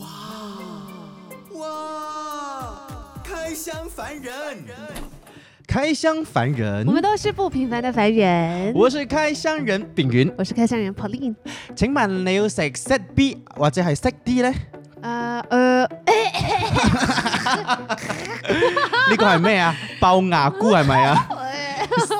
啊箱凡人，开箱凡人我，们都是不平凡的凡人。我是开箱人炳云。我是开箱人 Pauline。請問你要食 set B 或者係 set D 呢？呃呃，呢個係咩 啊？爆牙菇係咪啊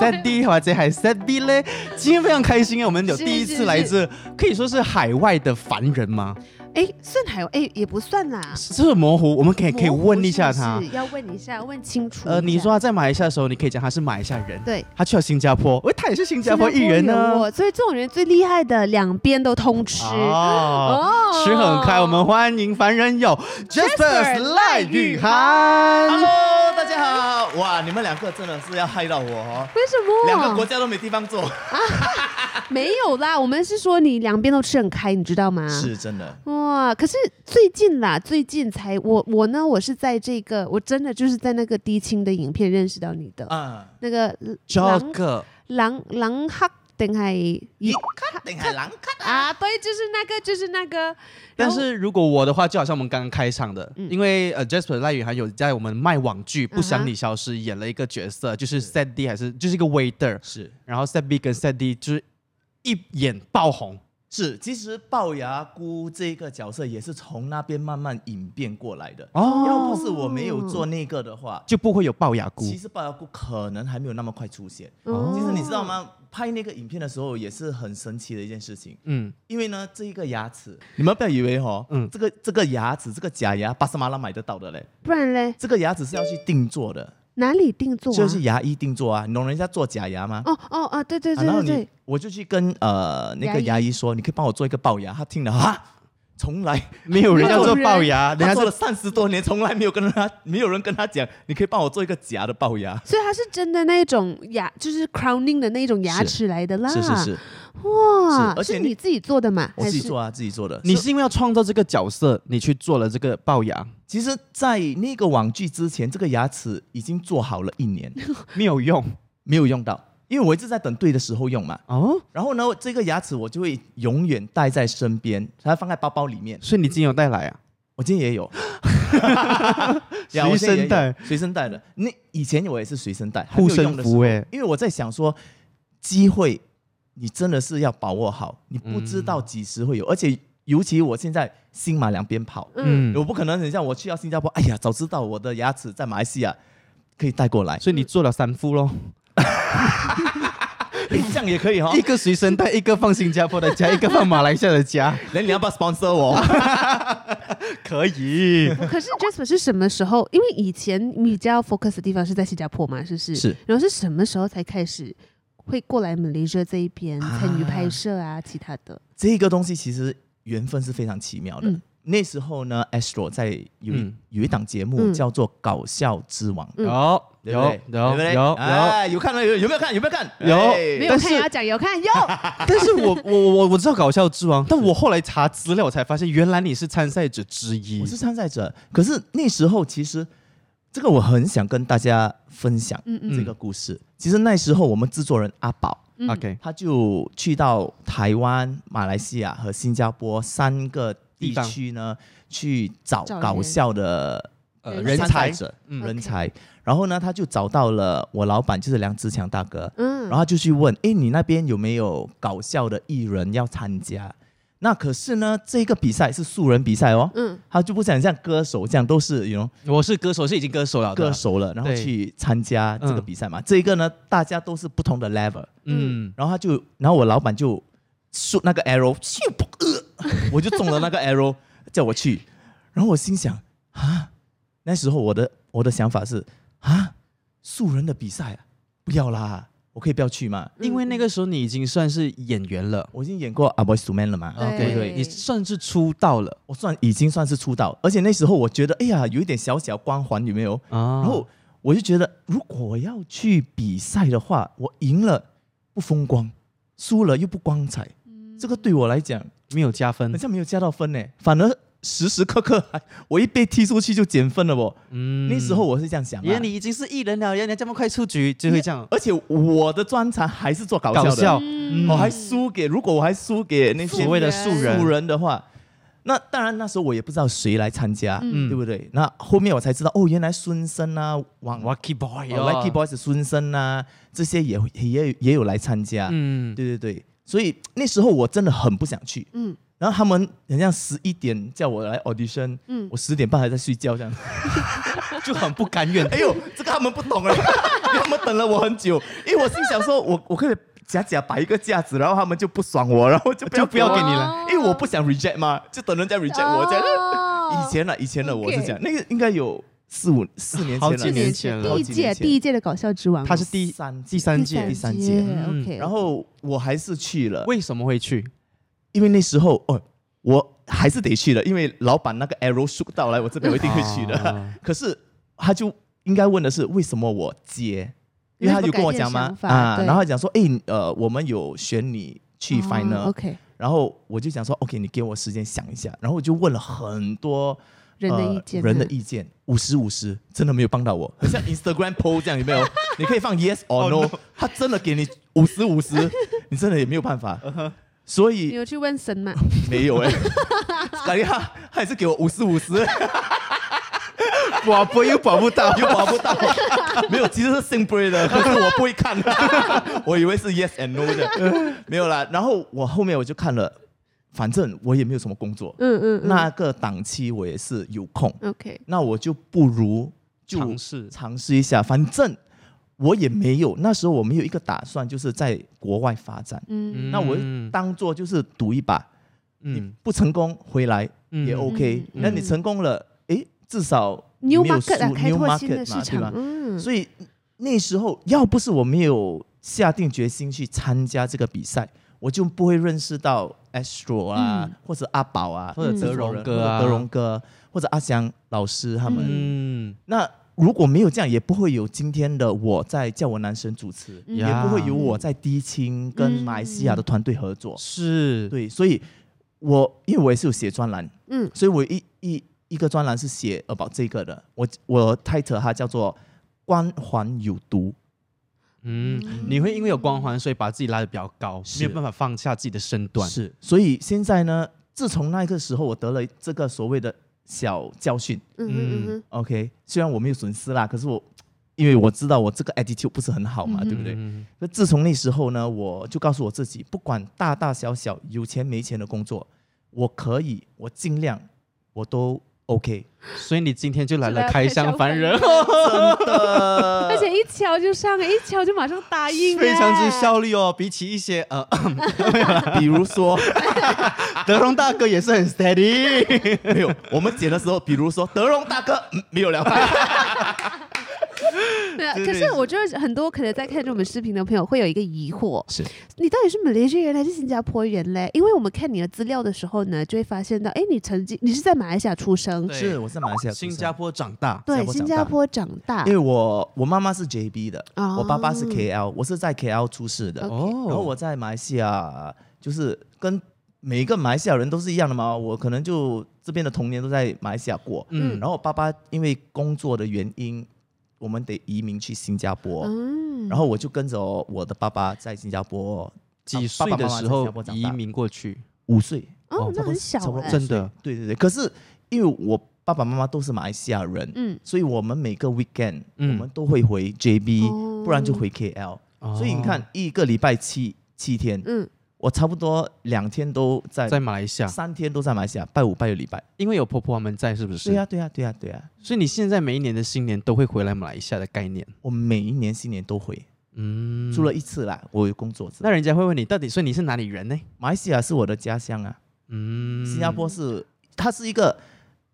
？set D 或者係 set B 呢？今天非常開心啊！我們有是第一次是來是自可以說是海外的凡人吗？哎，算海哎也不算啦，这个模糊，我们可以可以模糊問一下是他不。是要问一下，问清楚一下。呃，你说他在馬來西亞的时候，你可以講他是馬來西亞人，对，他去了新加坡，喂，他也是新加坡艺人啊呢、哦所以这种人最厉害的，两边都通吃。哦，哦吃很开，我们欢迎凡人友 Jasper 赖雨涵。 Hello，大家好！哇，你们两个真的是要害到我哦，为什么？两个国家都没地方坐，没有啦，我们是说你两边都吃很开，你知道吗？。是真的。哇！可是最近啦，最近才我我呢，我是在这个，我真的就是在那个低清的影片认识到你的，啊嗯，那个狼 Jogger，狼狼黑定系看等海狼看，啊？对，就是那个，就是那个。但是如果我的话，就好像我们刚刚开场的，嗯因为呃 Jasper 赖雨涵有在我们卖网剧《不想你消失》演了一个角色，就是 Set D 还是就是一个 waiter，是然后 Set B 跟 Set D 就是一眼爆红。是，其实龅牙姑这个角色也是从那边慢慢演变过来的。哦要不是我没有做那个的话，就不会有龅牙菇其实龅牙姑可能还没有那么快出现。哦其实你知道吗？拍那个影片的时候也是很神奇的一件事情。嗯，因为呢，这一个牙齿，你们不要以为哦，嗯嗯，这个这个牙齿，这个假牙，巴斯马拉买得到的嘞，不然嘞，这个牙齿是要去定做的，哪里定做、啊？就是牙医定做啊，你懂人家做假牙吗？哦哦啊，对对啊对然后对你对，我就去跟呃那牙个医牙医说，你可以帮我做一个龅牙，他听了哈，从来啊没有人要做龅牙，人人家家做做了三十多年，从来没有跟他没有人跟他讲，你可以帮我做一个假的龅牙。所以它是真的那种牙，就是 crowning 的那种牙齿来的啦。是是是，哇，是而且是你你自己做的嘛？我自己做还啊，自己做的。你是是因为要创造这个角色，你去做了这个龅牙，其实，在那个网剧之前，这个牙齿已经做好了一年， 没有用没有用到，因为我一直在等对的时候用嘛。哦。然后呢，这个牙齿我就会永远带在身边，它放在包包里面。所以你今天有带来啊？我今天 也有，呀随身，我带现在也有随身带的。那以前我也是随身带，还护没有用身的时候符哎、因为我在想说，机会你真的是要把握好，你不知道嗯几时会有，而且尤其我现在新马两边跑，嗯，我不可能等一下我去到新加坡，哎呀，早知道我的牙齿在马来西亚可以带过来，所以你做了三副咯， 这样也可以哈、 一个随身带，一个放新加坡的家，一个放马来西亚的家，连你要不要 sponsor 我？ 可以。可 是 Jasper 是什么时候？因为以前比较 focus 的地方是在新加坡嘛，是不是？是。然后是什么时候才开始会过来马来西亚这一边参与拍摄啊，其他的？这个东西其实缘分是非常奇妙的。嗯那时候呢，Astro 在有一、嗯有一档节目嗯叫做《搞笑之王》，嗯有有对不对有啊对不对有 有，哎有看到有有没有看有没有看有哎没但有看是也要讲，有看 有。但是我我我我知道搞笑之王，但我后来查资料，我才发现原来你是参赛者之一我。是参赛者，可是那时候其实这个我很想跟大家分享嗯嗯这个故事。其实那时候我们制作人阿宝。嗯 OK，他就去到台湾、马来西亚和新加坡三个地区呢，去找找人搞笑的呃，人人参才赛者、嗯人 OK 才。然后呢，他就找到了我老板，就是梁志强大哥。嗯然后他就去问：“诶，你那边有没有搞笑的艺人要参加？”那可是呢，这个比赛是素人比赛哦，嗯，他就不想像歌手这样都是有我是歌手，是已经歌手了的歌，手了，然后对去参加这个嗯比赛嘛。这个呢，大家都是不同的 level。嗯，然后他就，然后我老板就竖那个 arrow，咻不呃， 我就中了那个 arrow，叫我去。然后我心想啊，那时候我的我的想法是啊，素人的比赛啊，不要啦，我可以不要去嘛。因为那个时候你已经算是演员了我已经演过《啊 Boys to Men》了嘛，对对不，OK，对？你算是出道了我算已经算是出道，而且那时候我觉得，哎呀，有一点小小光环，有没有？啊。然后我就觉得，如果我要去比赛的话，我赢了不风光，输了又不光彩，这个对我来讲没有加分好，像没有加到分呢，反而时时刻刻还我一被踢出去就减分了哦。嗯那时候我是这样想原的来，你已经是艺人了，原来这么快出局就会这样而且我的专长还是做搞笑搞的，笑，嗯我还输给，如果我还输给那些所谓的素人素人的话，那当然那时候我也不知道谁来参加，嗯对不对？那后面我才知道，哦，原来孙生啊，王王 Lucky Boy 哦 Lucky Boys 的孙生啊，这些也也也有来参加，嗯，对对对，所以那时候我真的很不想去，嗯然后他们好像十一点叫我来 audition，嗯我十点半还在睡觉这样。就很不甘愿。 哎呦，这个他们不懂哎，因为 他们等了我很久，因为我心想说我，我可以假假摆一个架子，然后他们就不爽我，然后就不要就不要给你了因为我不想 reject 嘛，就等人家 reject 我这样。哦哦以前呢，以前呢， OK 我是讲那个应该有四五四年前了，好几年前了第好一几年届前第一届的搞笑之王哦，他是第三第三届第，第三届届嗯，OK，然后我还是去了，为什么会去？因为那时候哦，我还是得去的，因为老板那个 arrow 数到来，我这边我一定会去的。啊可是他就应该问的是为什么我接，因因为为他他就有跟跟我我讲讲嘛嘛啊，对然后他讲说，诶，呃，我们有选你去 final，、哦，OK，然后我就想说，OK，你给我时间想一下，然后我就问了很多。人的意呃见，嗯人的，意见，五十五十，真的没有帮到我。 很像 Instagram poll 这样，有没 有？你可以放 yes Oh, or no，他真的给你五十五十，你真的也没有办法。所以你有去问神 吗？没有哎、感觉他他也是给我五十五十，保播又保不到，又划不到，没有，其实是 simple 的，可是我不会看， 我以为是 yes and no 的，没有啦。然后我后面我就看了，反正我也没有什么工作，嗯嗯，嗯那个档期我也是有空， OK，那我就不如就尝试尝试一下，反正我也没有，那时候我没有一个打算，就是在国外发展，嗯，那我嗯当做就是赌一把，你嗯不成功回来嗯也 OK，、嗯那你成功了，诶，至少你 New 没有输 market 啊，开 new 拓新 market 的嘛市对吧场，？嗯，所以那时候要不是我没有下定决心去参加这个比赛，我就不会认识到 Astro 啊，嗯或者阿宝啊，或者德荣哥啊或者德荣哥或者阿翔老师他们。嗯，那如果没有这样，也不会有今天的我在叫我男神主持，嗯也不会有呀我在低清跟马来西亚的团队合作。是，对，所以我因为我也是有写专栏，嗯所以我一一一个专栏是写 about 这个的，我我 title 它叫做“光环有毒嗯嗯，你会因为有光环，所以把自己拉得比较高，是没有办法放下自己的身”，段。是，所以现在呢，自从那个时候我得了这个所谓的小教训嗯嗯嗯，OK，虽然我没有损失啦，可是我因为我知道我这个 attitude 不是很好嘛，嗯哼对不对？嗯那自从那时候呢，我就告诉我自己，不管大大小小、有钱没钱的工作，我可以，我尽量，我都 OK。所以你今天就来就来了了开箱凡人，真的，哦而且一敲就上，一敲就马上答 应，非常之哎。效率哦。比起一些呃，比如说德荣大哥也是很 steady， 没有，我们剪的时候，比如说德荣大哥、嗯、没有聊到，对啊，对可对是是我觉得很多可能在看着我们视频的朋友会有一个疑惑：是你到底是马来西亚人还是新加坡人嘞？因为我们看你的资料的时候呢，就会发现到，哎，你曾经你是在马来西亚出生，对是我是马来西亚出生，新加坡长大，对，新新加加坡坡长大因，为我我妈妈是 JB 的，哦我爸爸是 KL，我是在 KL 出世的， OK 哦然后我在马来西亚就是跟每一个马来西亚人都是一样的嘛，我可能就这边的童年都在马来西亚过，嗯然后我爸爸因为工作的原因，我们得移民去新加坡，嗯，然后我就跟着我的爸爸在新加坡几爸岁爸妈的妈在时新候加坡长移大民过去，五岁。哦差不哦，那多很小差不多哎真的对对对，可是因为我爸爸妈妈都是马来西亚人，嗯，所以我们每个 weekend、嗯我们都会回 JB，、哦不然就回 KL、哦所以你看，一个礼拜七七天，嗯，我差不多两天都在，在马来西亚，三天都在马来西亚，拜五拜六礼拜。因为有婆婆他们在，是不是？对呀、对呀、对呀、对呀、所以你现在每一年的新年都会回来马来西亚的概念，我每一年新年都回，嗯，除了一次啦，我有工作之那类。人家会问你到底，所以你是哪里人呢？马来西亚是我的家乡啊，嗯，新加坡是它是一个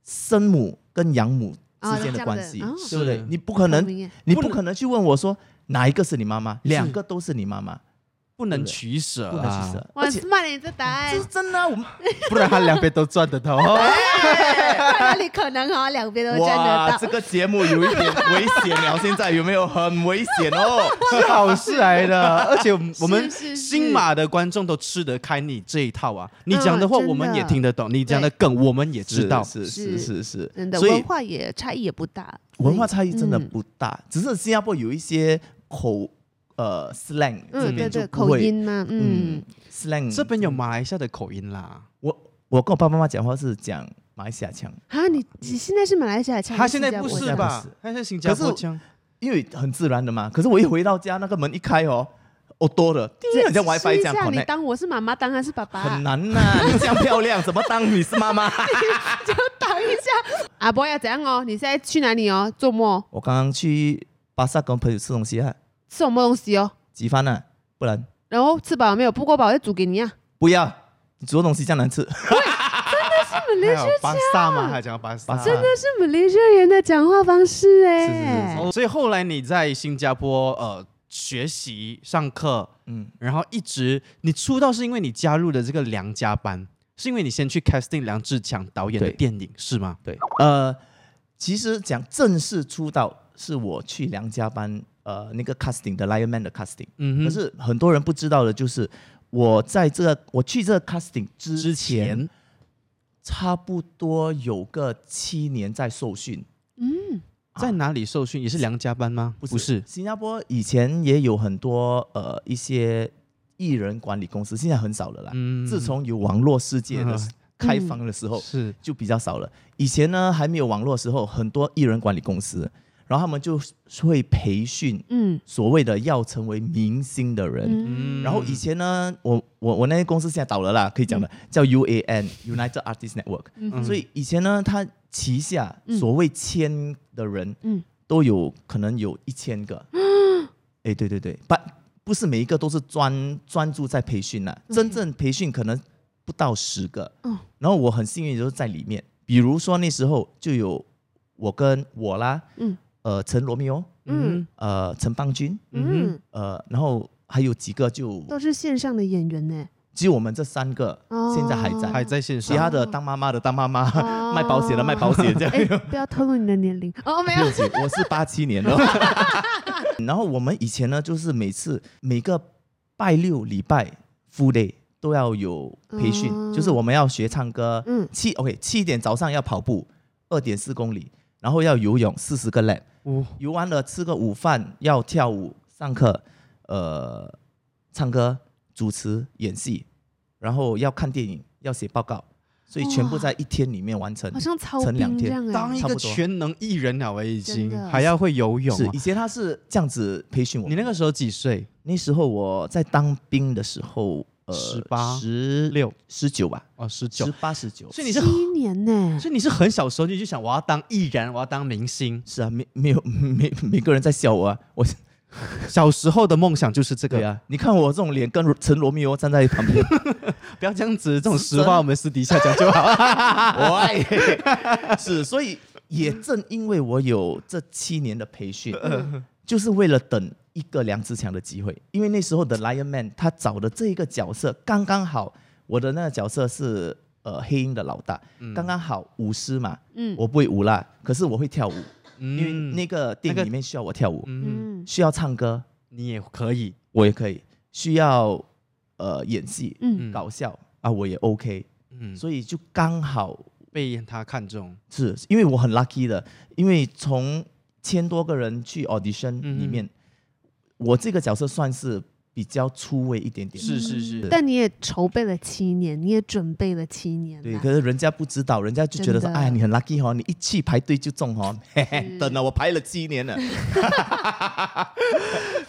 生母跟养母哦之间这的样关的系，哦对不对是？你不可能聪明哎你不可能去问我说哪一个是你呃妈妈，两个都是你妈妈，不能取舍、啊，不能去舍，。哇而且，smart 你这答案这是，真的啊、我们不然他两边都赚得到。哦哎哪里可能啊？两边都站得哇，到这。个节目有一点危险了，现在有没有很危险哦？ 是好事来的，而且我们是是是新马的观众都吃得开你这一套啊！你讲的话真的我们也听得懂，你讲的梗我们也知道。是是是是是真是，的所文以化也差异也不大，文化差异真的嗯不大，只是新加坡有一些口呃 slang 这嗯，对边就对，不口会，音嘛，嗯嗯，slang 这边有马来西亚的口音啦，我我跟我爸爸妈妈讲话是讲马来西亚腔，啊，你你现在是马来西亚腔，他现在新加不坡是腔吧不是？他是新加坡可是腔，因为很自然的嘛。可是我一回到家，那个门一开哦，哦多了，叮很像 WiFi 试一这样下，你 connect，当我是妈妈，当还是爸啊爸？很难呐、 你这样漂亮，怎么当你是妈妈？就当一下。阿伯要怎样哦？你现在去哪里哦？做梦？我刚刚去巴萨跟朋友吃东西啊，吃什么东西哦？几番啊，不然然后吃饱了没有？不过饱我再煮给你啊。不要，你煮的东西这样难吃。是马还来西有巴萨嘛，还讲巴萨巴，萨真的亚，是马来西亚人的讲话方式哎、是哦所以后来你在新加坡呃学习上课，嗯，然后一直你出道是因为你加入了这个梁家班，是因为你先去 casting 梁志强导演的对电影是吗？对，呃，其实讲正式出道是我去梁家班呃那个 casting 的 Lion Man 的 casting，、嗯可哼，是很多人不知道的就是我在这个我去这个 casting 之前之前差不多有个七年在受训，嗯，在哪里受训？也是梁家班吗？啊不是，新加坡以前也有很多呃一些艺人管理公司，现在很少了啦。嗯自从有网络世界的嗯开放的时候，是就比较少了。以前呢，还没有网络的时候，很多艺人管理公司，然后他们就会培训嗯所谓的要成为明星的人。嗯然后以前呢，我我我那些公司现在倒了啦，可以嗯讲的，叫 UAN United Artists Network。嗯所以以前呢，他旗下嗯所谓签的人，嗯都有可能有一千 个。哎，对对对，不不是每一个都是专专注在培训啦，真正培训可能不到十个。嗯然后我很幸运就是在里面，比如说那时候就有我跟我啦，嗯呃，陈罗密欧，嗯呃，陈邦君，嗯嗯，呃，然后还有几个就都是线上的演员呢、只有我们这三个哦现在还哼，在，还在线其上，他的当妈妈的当妈妈，哦卖保险的卖保 险这样。哎、不要透露你的年龄哦，没有不用，紧，我是八七年的。 然后我们以前呢，就是每次每个拜六礼拜 full day 都要有培训，嗯就是我们要学唱歌，嗯七 OK 七点早上要跑步二点四公里，然后要游泳四十个 lap，哦游完了吃个午饭要跳舞上课，呃，唱歌主持演戏，然后要看电影要写报告，所以全部哇在一天里面完成好。像操陈两兵这天样哎、当一差个不多全能艺人了，我已经真的还要会游泳是啊以。前他是这样子培训我你们那个时候几岁？那时候我在当兵的时候，呃， 18十六十九吧，哦，十九十。八、十九。所以你是七年呢、所以你是很小时候你就想我要当艺人，我要当明星。是啊，没没有没每个人在笑我啊，我小时候的梦想就是这对个，啊，你看我这种脸跟陈罗密欧站在旁边，不要这样子，这种实真话我们私底下讲就好了。 喂， 是，所以也正因为我有这七年的培训，嗯就是为了等一个梁志强的机会，因为那时候的 Lion Man 他找的这一个角色刚刚好，我的那个角色是呃黑鹰的老大，嗯刚刚好舞狮嘛，嗯我不会舞啦，可是我会跳舞，因为嗯，那个电影里面需要我跳舞，嗯，嗯需要唱歌，你也可以，我也可以，需要呃演戏、嗯嗯搞笑啊，我也 OK，嗯，所以就刚好被他看中。是因为我很 lucky 的，因为从千多个人去 audition 嗯里面，我这个角色算是比较出位一点点。是是是但你也筹备了七年，你也准备了七年、啊，对，可是人家不知道，人家就觉得说，真的哎，你很 lucky 哦，你一去排队就中哦，嘿嘿等了我排了七年了。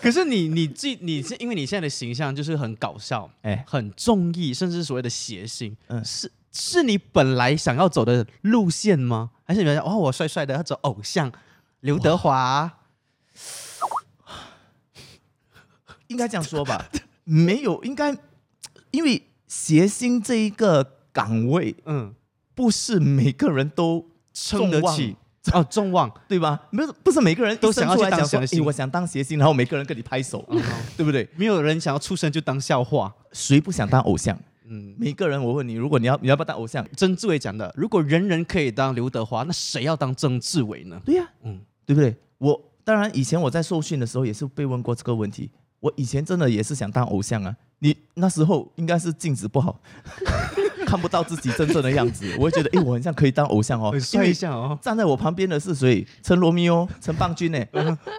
可是你你记你是因为你现在的形象就是很搞笑，哎，很中意，甚至所谓的谐星，嗯是是你本来想要走的路线吗？还是你们想哦，我帅帅的要走偶像，刘德华？应该这样说 吧，没有，应该因为谐星这一个岗位，嗯，不是每个人都撑得众望起哦，众望。对吧？没有，不是每个人都想要去当谐谐星哎我想当谐星，然后每个人跟你拍手， 对不对？没有人想要出生就当笑话。谁不想当偶像？嗯，每个人，我问你，如果你要你要不要当偶像？曾志伟讲的，如果人人可以当刘德华，那谁要当曾志伟呢？对呀、嗯嗯，对不对？我当然以前我在受训的时候也是被问过这个问题。我以前真的也是想当偶像啊，你那时候应该是镜子不好， 看不到自己真正的样子，我会觉得，哎，我很像可以当偶像哦，因为下哦。站在我旁边的是谁？陈罗密欧、陈邦君呢？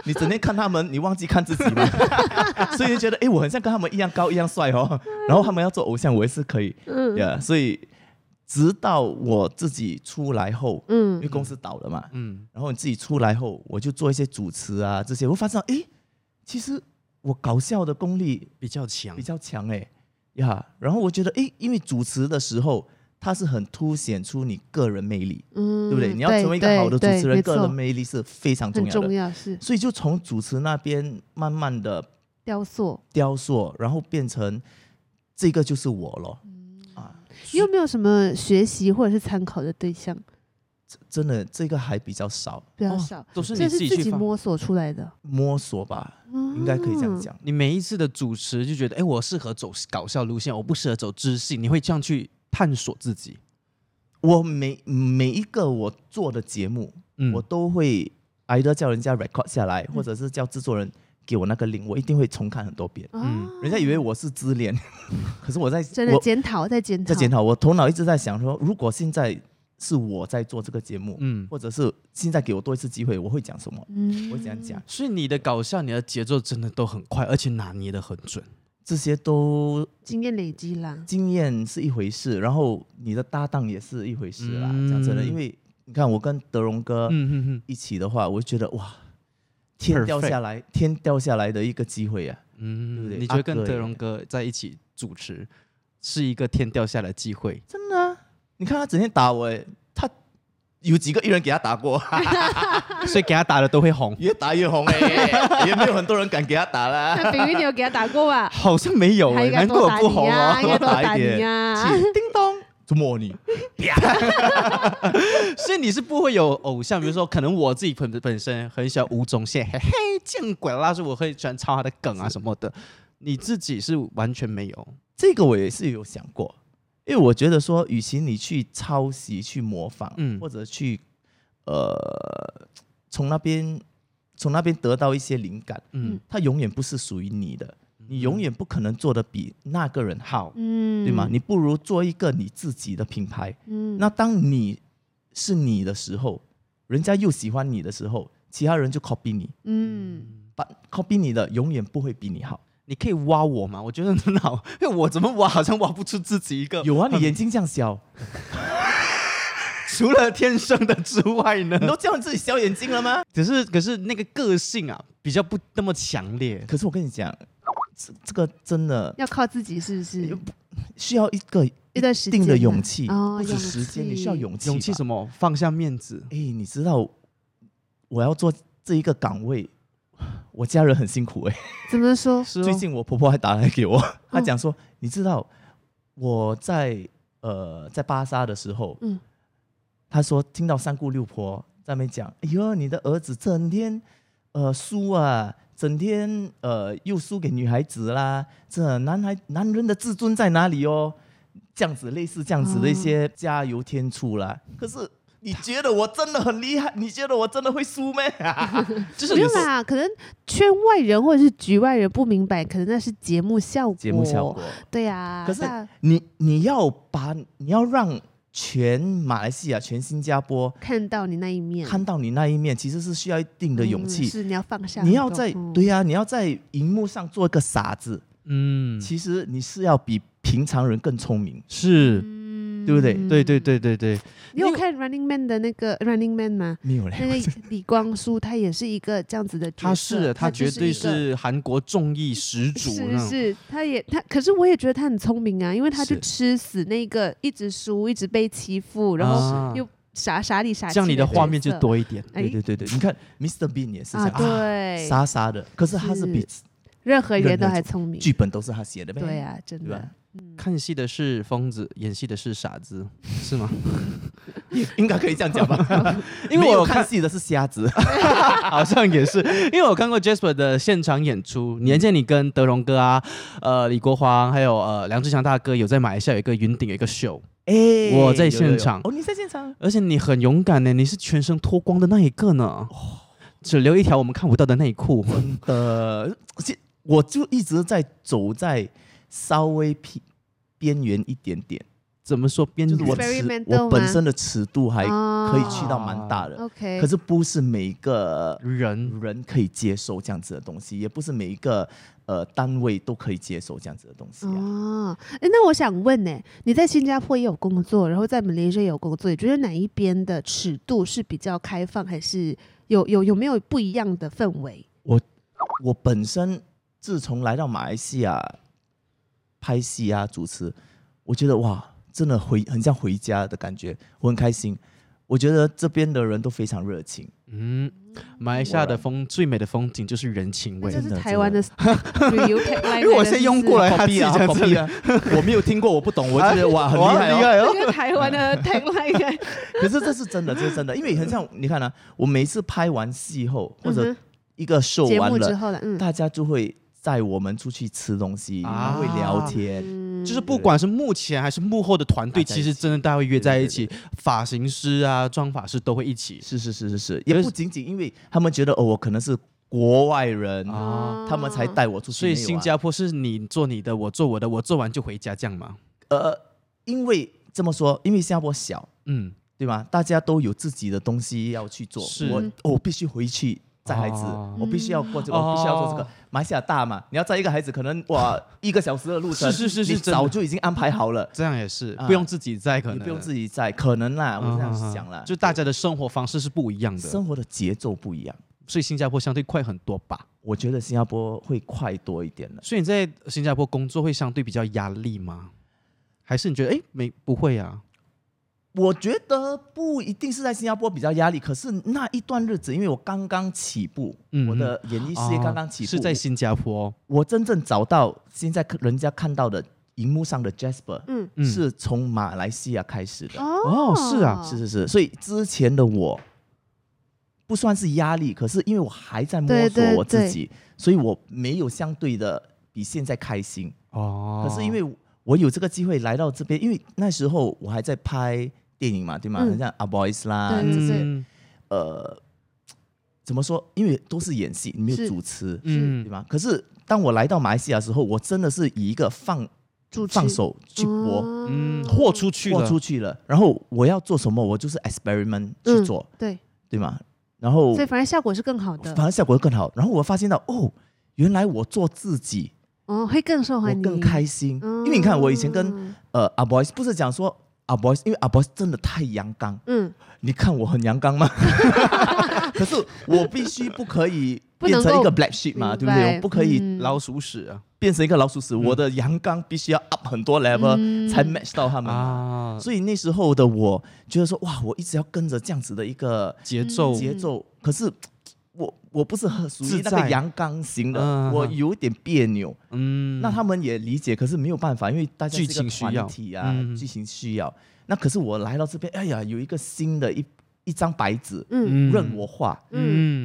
你整天看他们，你忘记看自己吗？ 所以就觉得，哎，我很像跟他们一样高、一样帅哦。然后他们要做偶像，我也是可以，嗯呀、所以直到我自己出来后，因嗯为公司倒了嘛，嗯，然后你自己出来后，我就做一些主持啊这些，我发现诶，其实我搞笑的功力比较强比，较强诶呀。然后我觉得诶，因为主持的时候，它是很凸显出你个人魅力，嗯，对不对？你要成为一个好的主持人，个人魅力是非常重很要的重。要，是所以就从主持那边慢慢的雕塑。雕塑，然后变成这个就是我了。啊，你有没有什么学习或者是参考的对象？真的这个还比较少比较哦少，都是你这自是己自去己发摸索出来的，摸索吧，应该可以这样讲。你每一次的主持就觉得，哎，我适合走搞笑路线，我不适合走知性，你会这样去探索自己。我每每一个我做的节目，嗯，我都会挨着叫人家 record 下来，嗯或者是叫制作人给我那个 link，我一定会重看很多遍。嗯嗯，人家以为我是自恋， 可是我在真的我检讨在检讨，在检讨，我头脑一直在想说，如果现在是我在做这个节目，嗯，或者是现在给我多一次机会，我会讲什么？嗯，我会怎样讲？所以你的搞笑，你的节奏真的都很快，而且拿捏的很准。这些都经验累积 啦，经验是一回事，然后你的搭档也是一回事啦。嗯讲真的，因为你看我跟德荣哥嗯嗯嗯一起的话，我就觉得哇，天掉下来，天掉下来的一个机会啊，嗯，对不对你觉得跟阿哥也德荣哥在一起主持是一个天掉下来的机会？真的、啊。你看他整天打我，诶他有几个艺人给他 打过，，所以给他打的都会红越打越红哎、也没有很多人敢给他打啦。那比如你有给他打过啊 吧？好像没有、他欸，应该难怪多我打不你啊红呀，哦。应该多啊打打一你啊啊点呀。气叮咚，怎么你？所以你是不会有偶像，比如说可能我自己本本身很喜欢吴宗宪，嘿 嘿，见鬼啦，所以我会喜欢抄他的梗啊什么的。你自己是完全没有，这个我也是有想过，因为我觉得说，与其你去抄袭、去模仿，嗯或者去呃从那边从那边得到一些灵感，嗯嗯它永远不是属于你的，你永远不可能做的比那个人好，嗯，对吗？你不如做一个你自己的品牌。嗯，那当你是你的时候，人家又喜欢你的时候，其他人就 copy 你，嗯，把 copy 你的永远不会比你好。你可以挖我吗？我觉得很好，因为我怎么挖好像挖不出自己一个。有啊，你眼睛这样小，除了天生的之外呢 你？都叫你自己小眼睛了吗？可是可是那个个性啊，比较不那么强烈。可是我跟你讲，这这个真的要靠自己是不是？需要一个一段时一间啊定的呐勇气，哦不止勇时间，你需要气勇气。勇气什么？么？放下面子。哎，你知道我要做这一个岗位，我家人很辛苦哎、怎么说？嗯是、哦、最近我婆婆还打来给我，她讲说，你知道我在呃在巴沙的时候，嗯她说听到三姑六婆在那边讲，哎呦，你的儿子整天呃输啊。整天呃又输给女孩子啦，这男孩男人的自尊在哪里哦？这样子类似这样子的一哦些加油添醋啦。可是你觉得我真的很厉害？你觉得我真的会输 咩？ 就是没你有是啦，可能圈外人或者是局外人不明白，可能那是节目效果。节目效果，对呀，可是大家你你要把你要让全马来西亚、全新加坡看到你那一面，看到你那一面，其实是需要一定的勇嗯气。是你要放下很多，你要在嗯对呀、你要在荧幕上做一个傻子，嗯，其实你是要比平常人更聪明。是，对不对嗯对对。对对对，你有看《Running Man》的那个《Running Man》吗？没有嘞，那个李光洙，他也是一个这样子的角色，他啊是他就绝对一个是韩国综艺始祖是那种。是，他也他，可是我也觉得他很聪明啊，因为他就是吃死那个一直输、一直被欺负，然后啊又傻傻里傻气，这样你的画面就，多一点。哎对对对对，你看 Mr. Bean 也是这啊，样，对，傻傻的，可是他是比任何人任都何还聪明，剧本都是他写的呗。对啊，真对的吧，看戏的是疯子，演戏的是傻子，是吗？ 应应该可以这样讲吧？因为我没有有看看戏的是瞎子， 好像也是，因为我看过 Jasper 的现场演出，年见你跟德荣哥啊，呃，李国煌还有呃梁志祥大哥有在马来西亚有一个云顶有一个秀，哎， 我在有现有有场哦，你在现场，而且你很勇敢呢，你是全身脱光的那一个呢，只留一条我们看不到的内裤。真的，而且我就一直在走在稍微偏边缘一点点，怎么说边就是我缘？尺 Experimental 我本吗身的尺度还可可以去到蛮大的，哦 OK，可是不是每一个人人可以接受这样子的东西，也不是每一个呃单位都可以接受这样子的东西啊。哦，诶那我想问呢，你在新加坡也有工作，然后在马来西亚也有工作，你觉得哪一边的尺度是比较开放，还是有有有没有不一样的氛围？我本身自从来到马来西亚拍戏啊主持，我觉得哇，真的回很像回家的感觉，我很开心。我觉得这边的人都非常热情，嗯，马来西亚的风最美的风景就是人情那味这。是真的台湾的旅 游 tagline 因为我来的先是用不是过来 Copy 啊哎他自己在这里 copy 啊， 我没有听过，我不懂，我觉得哇很哇厉害、哦，厉害哦！ 这个台湾 的 tagline 可是这是真的，这是真的，因为很像你看啊，我每次拍完戏后或者嗯一个哼秀节完目之了，后了，嗯，大家就会带我们出去吃东西，啊会聊天，就是不管是幕前还是幕后的团队，嗯大家一其起实真的大家会约在一对起，发型师啊、妆发师都会一起是是是是是，也不仅仅因为他们觉得哦，我可能是国外人，啊。他们才带我出去，所以没有啊新加坡是你做你的，我做我的，我做完就回家这样嘛。呃，因为这么说，因为新加坡小，嗯，对吧？大家都有自己的东西要去做，是我、哦我必须回去。带孩子，哦我必须要过这个，我必须要做这个哦。马来西亚大嘛，你要载一个孩子，可能哇一个小时的路程，是是是是你真的早就已经安排好了，这样也是啊不用自己在，可能你嗯啊不用自己己载，可能啦，我这样想啦，就大家的生活方式是不一样的，生活的节奏不一样，所以新加坡相对快很多吧。我觉得新加坡会快多一点的。所以你在新加坡工作会相对比较压力吗？还是你觉得哎没不会啊？我觉得不一定是在新加坡比较压力，可是那一段日子，因为我刚刚起步，嗯我的演艺事业啊刚刚起步，是在新加坡，我真正找到现在人家看到的荧幕上的 Jasper，嗯嗯是从马来西亚开始的。哦是啊是是是，所以之前的我不算是压力，可是因为我还在摸对索对我自己，所以我没有相对的比现在开心。哦可是因为我有这个机会来到这边，因为那时候我还在拍电影嘛，对吗？嗯很像《A Boys》啦，对这些嗯呃，怎么说？因为都是演戏，你没有是主持，对嗯吧？可是当我来到马来西亚的时候，我真的是以一个放主持放手去搏，哦嗯豁出去豁了，出去了。然后我要做什么，我就是 experiment 去嗯做，对，对吗？然后所以反而效果是更好的反，而效果更好。然后我发现到哦，原来我做自己，哦，会更受我欢迎，哦更开心。嗯，因为你看，我以前跟呃阿 boys 不是讲说阿 boys，因为阿 boys 真的太阳刚，嗯，你看我很阳 刚吗？可是我必须不可以 不变能成一够个 black sheep 嘛，对明不对？白我不可以嗯老鼠屎啊变成一个老鼠屎，我的阳刚必须要 up 很多 level、嗯才 match 到他们。啊，所以那时候的我觉得说，哇，我一直要跟着这样子的一个节奏节奏，可是我我不是很属于自那在个阳刚型的，嗯我有点别扭。嗯那他们也理解，可是没有办法，因为大家是一剧个情需要团体啊，嗯剧情需要。那可是我来到这边，哎呀，有一个新的一一张白纸，嗯嗯任我画，嗯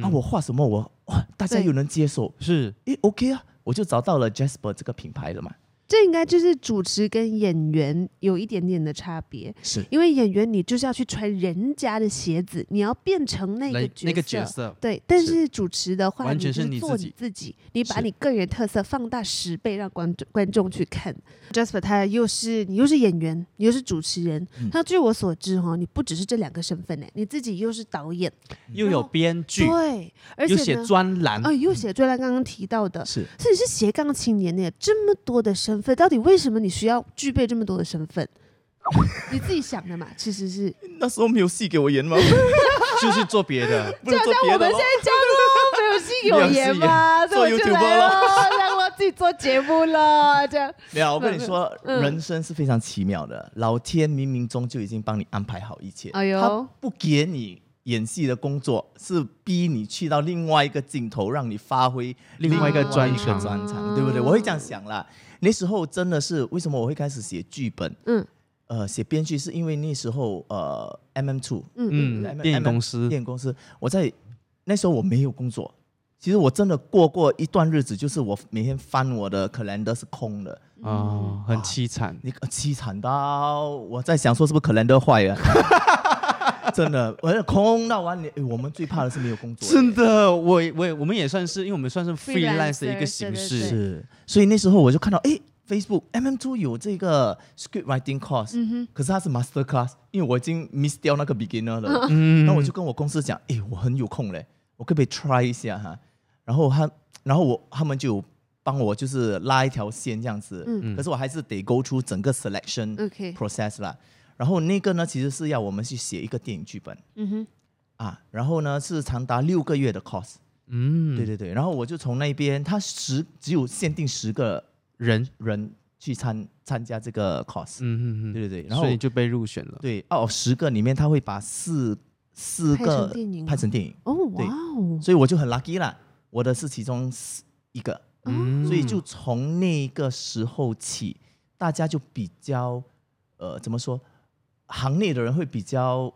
嗯那、我画什么我哇，大家对又能接受，是诶 o k 啊，我就找到了 Jasper 这个品牌了嘛。这应该就是主持跟演员有一点点的差别，是因为演员你就是要去穿人家的鞋子，你要变成那个来角色，那个角色对。但是是主持的话，完全是你你就是做自己你自己，你把是你个人特色放大十倍，让观众观众去看。Jasper 他又是你又是演员，你又是主持人，嗯他据我所知哈、哦，你不只是这两个身份呢，你自己又是导演，嗯又有编剧，对，而又且写呢，专栏哦，又写专栏刚刚提到的，是，所以是斜杠青年呢，这么多的身份，到底为什么你需要具备这么多的身份？你自己想的嘛，其实是。那时候没有戏给我演吗？。就是做别的不能做别我的们咯现。在这样咯，没有戏给我演嘛，没有所戏以演我做就 YouTuber 来了，让我自己做节目了，这样。 没有，我跟你说，嗯人生是非常奇妙的，老天冥冥中就已经帮你安排好一切。哎呦他不给你演戏的工作，是逼你去到另外一个镜头，让你发挥另外一个专另外一个长专长，啊对不对？我会这样想啦。那时候真的是为什么我会开始写剧本？嗯呃，写编剧是因为那时候呃，M M Two 嗯嗯嗯，电影公司电影公司，我在那时候我没有工作，其实我真的过过一段日子，就是我每天翻我的 calendar 是空的，嗯啊，很凄惨。你呃凄惨到我在想说是不是可兰德坏了， 真的，我要空到完你、哎我们最怕的是没有工作，真的，我也我也我们也算是，因为我们算是 Freelancer， freelance 的一个形对式，是，所以那时候我就看到，哎， Facebook MM Two 有这个 script writing course，、可是它是 master class，因为我已经 miss 掉那个 beginner 了。嗯，那我就跟我公司讲，诶，我很有空嘞，我可不可以 try 一下哈？然后他，然后我他们就帮我就是拉一条线这样子。嗯，可是我还是得 go 出整个 selection OK process 啦。然后那个呢，其实是要我们去写一个电影剧本。嗯哼，啊，然后呢是长达六个月的 course，嗯，对对对，然后我就从那边，他十只有限定十个人，人去参参加这个 course，、嗯嗯嗯，对对对，然后所以就被入选了。对哦，十个里面他会把四四拍个成电影拍成电影，哦对哇哦，所以我就很 lucky 啦，我的是其中四一个，哦嗯，所以就从那个时候起，大家就比较呃怎么说，行内的人会比较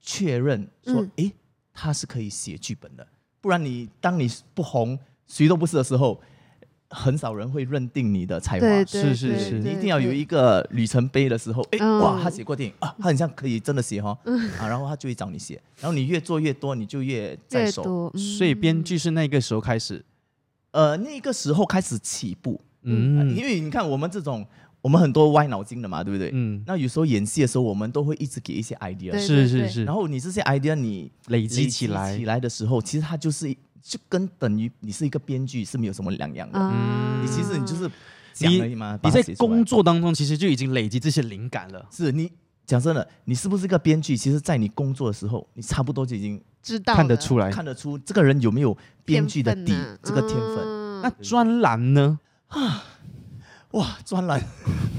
确认说，嗯诶，他是可以写剧本的，不然你当你不红，谁都不是的时候，很少人会认定你的才华。对是对是对是对你一对定要有一个里程碑的时候，诶，嗯哇，他写过电影啊，他很像可以真的写哦，啊，然后他就会找你写，然后你越做越多，你就越在越手。多，嗯所以编剧是那个时候开始，呃，那个时候开始起步，呃嗯因为你看我们这种，我们很多歪脑筋的嘛，对不对？嗯，那有时候演戏的时候，我们都会一直给一些 idea，对是对是是，然后后你这些 idea 你累累积积起起来来，的时候，其实它就是就跟等于你是一个编剧是没有什么两样的，啊，嗯你其实你就是讲而已嘛，把你它在写出来工作当中其实就已经累积这些灵感了。是你讲真的，你是不是一个编剧？其实，在你工作的时候，你差不多就已经知道看得了出来，看得出这个人有没有编剧的天底分啊，这个天分。 那嗯啊专栏呢？哇，专栏，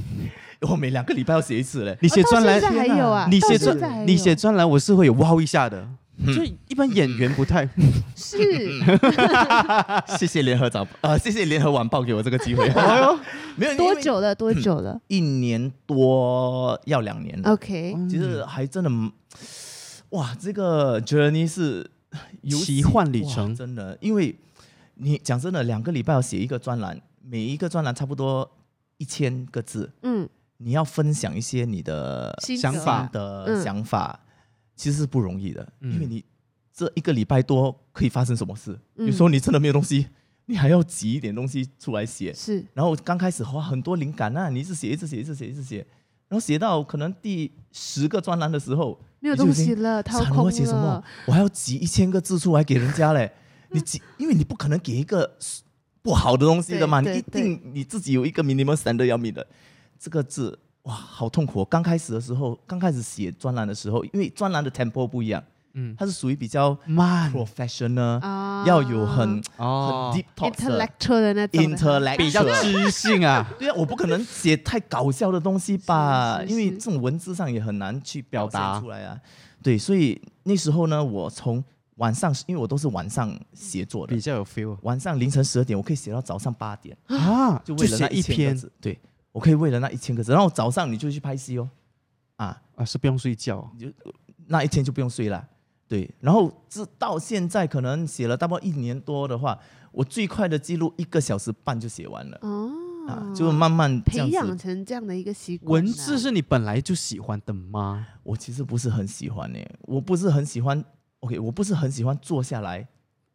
我每两个礼拜要写一次嘞。你写到专栏现，在还有啊，你到写现在还专有你写专栏，我是会有wow 一下的。所以一般演员不太，是 谢谢联合早呃，谢谢联合晚报给我这个机 会。哦没有多？久了？多久了因为一年多，要两年了。 ？OK， 嗯其实还真的，哇，这个 journey 是有奇幻旅哇程真的。因为你讲真的，两个礼拜要写一个专栏，每一个专栏差不多一千个字，嗯，你要分享一些你的心想得法的嗯想法，其实是不容易的，嗯因为你这一个礼拜多可以发生什么事？嗯有时候你真的没有东西，你还要挤一点东西出来写。是然后刚开始哇，很多灵感啊，你一直写，一直写，一直写，一直写，然后写到可能第十个专栏的时候，没有你就东已经西了，掏惨了，空我写什么了，？我还要挤一千个字出来给人 家嘞。你挤，因为你不可能给一个不好的东西的嘛，对你一对定你自己有一个 minimum standard 要 meet 的。这个字哇，好痛苦、哦！刚开始的时候，刚开始写专栏的时候，因为专栏的 tempo 不一样，嗯，它是属于比较慢 professional，、嗯啊要有很、哦很 deep thoughts 的 intellectual 的那种的 intellectual，比较知性 啊，对啊，我不可能写太搞笑的东西吧，是是因为是这种文字上也很难去表表达达出来啊。对，所以那时候呢，我从晚上，因为我都是晚上写作的嗯比，较有 feel 晚上凌晨十二点，我可以写到早上八点，啊，就就为了写那一1000个篇字。对，我可以为了那一千个字，然后早上你就去拍戏哦，啊，啊，是不用睡觉，那一天就不用睡了。对，然后直到现在可能写了大概一年多的话，我最快的记录一个小时半就写完了、啊哦，，就慢慢这样培子养成这样的一个习惯啊。文字是你本来就喜欢的吗？我其实不是很喜欢呢、欸我不是很喜欢。OK，我不是很喜欢坐下来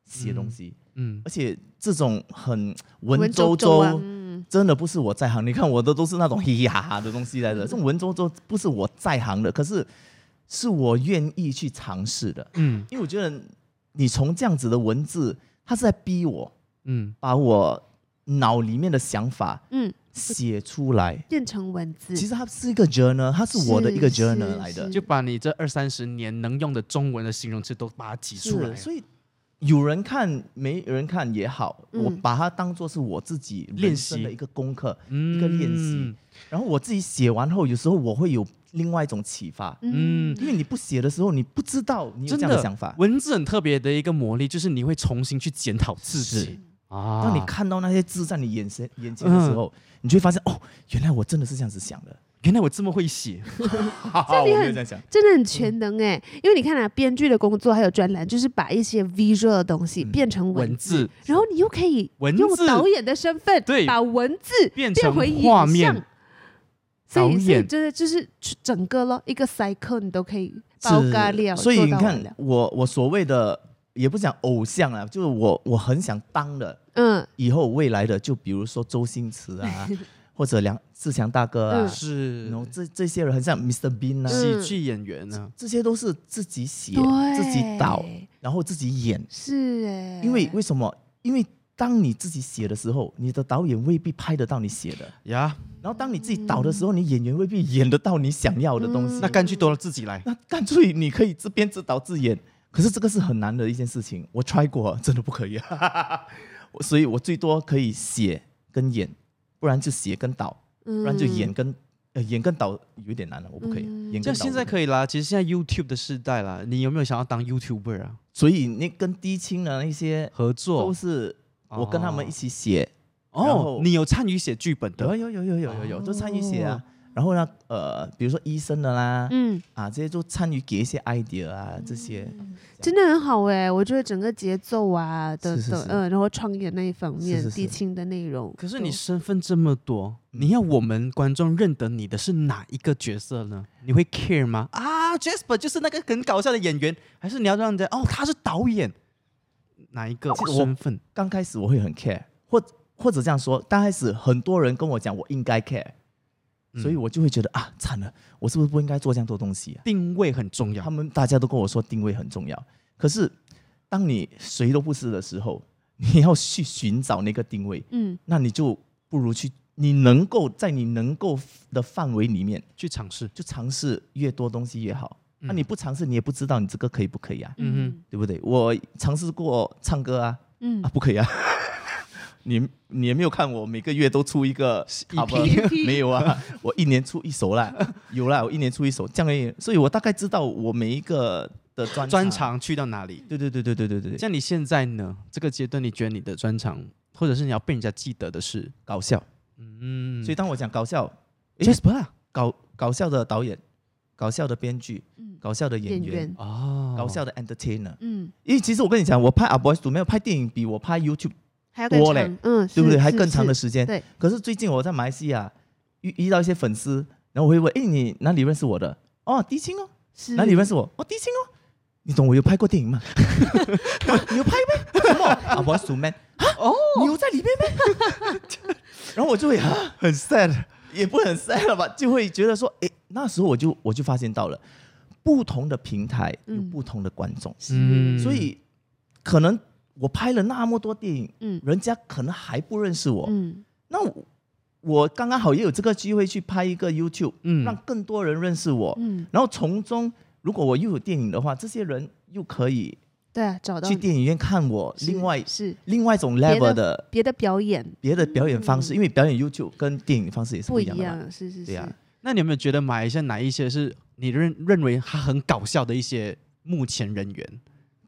写东西，嗯，而且这种很文文绉绉啊绉，嗯真的不是我在行。你看我的都是那种嘻嘻哈哈的东西来的，这种文绉绉不是我在行的，可是是我愿意去尝试的，嗯因为我觉得你从这样子的文字，它是在逼我嗯，把我脑里面的想法嗯，写出来。变成文字，其实它是一个 journal，它是我的一个是 journal 来的是。就把你这二三十年能用的中文的形容词都把它挤出来是，，所以有人看没人看也好，嗯我把它当做是我自己人练生习的一个功课。一一个练习，然后我自己写完后，有时候我会有另外一种启发，嗯因为你不写的时候，你不知道你有真这样的想法。文字很特别的一个魔力，就是你会重新去检讨自己是啊。当你看到那些字在你眼前眼前的时候，你就会发现哦，原来我真的是这样子想的。原来我这么会写，哈哈，我没有很这样想。真的很全能哎、因为你看啊，编剧的工作还有专栏，就是把一些 visual 的东西嗯变成文文字然后你又可以文用字导演的身份，对把文字变变成回影画像，面，所导以所以演真的就是整个咯，一个 cycle 你都可以包是咖料，所以做你到看完了，我我所谓的也不讲偶像啊，就是我我很想当的，嗯， 以后未来的，就比如说周星驰啊，或者梁志强大哥啊，是然后这这些人很像 Mr. Bean 啊，嗯喜剧演员呢、这些都是自己写、对，自己导，然后自己演。是哎，因为为什么？因为当你自己写的时候，你的导演未必拍得到你写的。呀，然后当你自己导的时候，嗯你演员未必演得到你想要的东西。那干脆多了自己来。那干脆你可以自编自导自演，可是这个是很难的一件事情。我 try 过， 真的不可以，我所以我最多可以写跟演，不然就写跟导，不不然就演跟、呃演跟导有一点难了，我不可以。嗯演这样跟导现在以，可以啦，其实现在 YouTube 的时代啦，你有没有想要当 YouTuber 啊？所以那跟低清的那些合都作是我跟他们一起写，哦然哦后，你有参与写剧本有的，有有有有有有都参与写啊。然后呢，呃，比如说医生的啦，嗯，啊这些都参与给一些 idea 啊这些，真的很好哎，我觉得整个节奏啊的是是的是，嗯，然后创意的那一方面是，是低是清的内容。可是你都身份这么多，嗯你要我们观众认得你的是哪一个角色呢？你会 care 吗？啊，Jasper 就是那个很搞笑的演员，还是你要让人家哦他是导演？哪一个其实我身份？刚开始我会很 care，或或者这样说，刚开始很多人跟我讲我应该 care，、嗯所以我就会觉得啊，惨了，我是不是不应该做这样多东西啊？定位很重要他。们大家都跟我说定位很重要，可是当你谁都不是的时候， 你要去寻找那个定位，嗯，那你就不如去，你能够在你能够的范围里面，去尝试。就尝试越多东西越好。那、嗯你不尝试，你也不知道你这个可以不可以啊，嗯对不对？我尝试过唱歌啊，嗯啊，不可以啊！ 你你也没有看我每个月都出一个 EP 没有啊？我一年出一首啦， 有啦，我一年出一首，这样而已。所以我大概知道我每一个的专专，长去到哪里？对对对对对对对，像你现在呢？这个阶段，你觉得你的专长，或者是你要被人家记得的是，搞笑。嗯，所以当我讲搞笑，诶 Jasper 啊，搞搞笑的导演，搞笑的编剧，嗯，搞笑的演演员，员，哦，搞笑的 entertainer。嗯，因为其实我跟你讲，我拍《A Boys to 没有拍电影比我拍 YouTube 还要更多嘞长，嗯，对不是对？还是更长的是时间。对。可是最近我在马来西亚遇遇到一些粉丝，然后我会问：“哎，你哪里认识我的？”哦，迪青哦，是哪里认识我？哦，迪青哦，你懂我有拍过电影吗？ 啊你有拍没？什么？啊，我属 man 哦，你有在里面咩？ 然后我就会啊，很 sad，也不很 sad 了吧，就会觉得说，哎，那时候我就我就发现到了，不同的平台有嗯不同的观众，嗯所以可能我拍了那么多电影，嗯人家可能还不认识我，嗯那我我刚刚好也有这个机会去拍一个 YouTube，、嗯让更多人认识我，嗯，然后从中如果我又有电影的话，这些人又可以对啊，找到去你电影院看我是另外是另外一种的 level 的别的表演别的表演方式，因为表演 YouTube 跟电影方式也是不不一一样的嘛，样，是是对呀、啊是，那你有没有觉得马来西亚哪一些是你认认为他很搞笑的一些目前人员？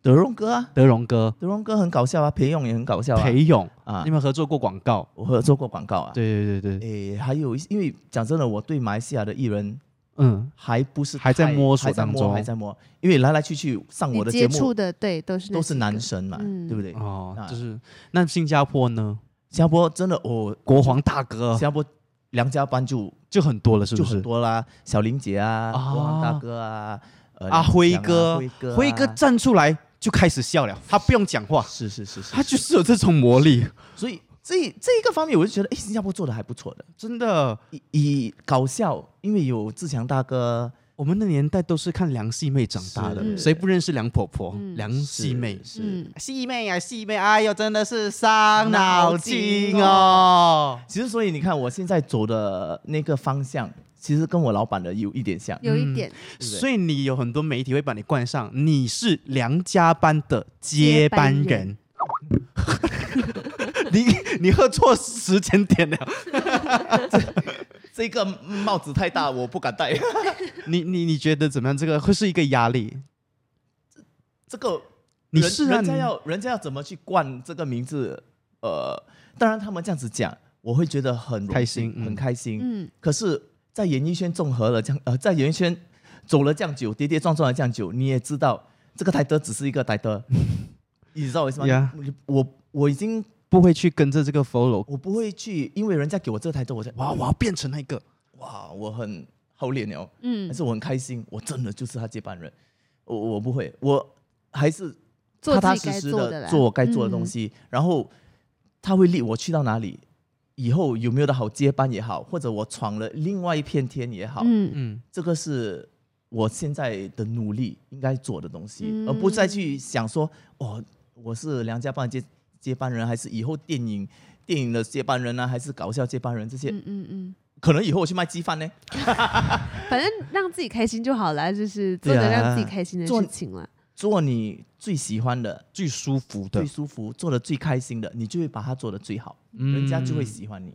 德荣哥啊，德荣哥、德荣哥很搞笑啊，裴勇也很搞笑啊，裴勇，啊你，们合作过广告？我合作过广告啊，对对对对，诶，还有一些因为讲真的，我对马来西亚的艺人嗯，还不是还在太摸索还在当摸中还在摸，因为来来去去上我你的接节目触的对都是那都是几男个神嘛，嗯对不对？哦，啊就是那新加坡呢，新加坡真的哦，国皇大哥新加坡梁家班就就很多了，是就不很是？多啦，小林姐啊，啊国王大哥啊，呃啊，辉哥，辉哥啊，辉哥站出来就开始笑了，他不用讲话，是是是是，他就是有这种魔力，所以这这一个方面，我就觉得哎，新加坡做的还不错的，真的。以以搞笑，因为有志强大哥，我们的年代都是看梁细妹长大的，是谁不认识梁婆婆、嗯梁细妹？是是。嗯细妹啊，细妹，哎呦，真的是伤脑脑筋筋哦哦。其实，所以你看，我现在走的那个方向，其实跟我老板的有一点像。有一嗯点对所以你有很多媒体会把你冠上你是梁家班的接班接班人。人 你你喝错时间点了，这个帽子太大，我不敢戴。 你你你觉得怎么样？这个会是一个压力？这个你人是啊人家你要人家要怎么去冠这个名字？呃，当然他们这样子讲，我会觉得很荣幸开心嗯很开心。嗯可是，在演艺圈综合了这样，呃，在演艺圈走了这样久，跌跌撞撞了这样久，你也知道这个台德只是一个台 德，你知道我意思吗 Yeah 你我我已经不会去跟着这个 follow。我不会去，因为人家给我这个台德，我在哇哇，我要变成那个。哇，我很好脸哦。但嗯，是我很开心，我真的就是他接班人，我我不会，我还是做踏踏自己实该实做的的啦嗯做我该做的东西，然后他会立我去到哪里，以后有没有的好接班也好，或者我闯了另外一片天也好，嗯，嗯，这个是我现在的努力应该做的东西，嗯而不再去想说哦，我是梁家班的接接班人，还是以后电影电影的接班人啊呢、还是搞笑接班人这些？嗯嗯嗯，可能以后我去卖鸡饭呢，反正让自己开心就好了，就是做对的啊让自己开心的做事情了。做你最喜欢的、最舒服的最，舒服、做的最开心的，你就会把它做的最好，嗯人家就会喜欢你。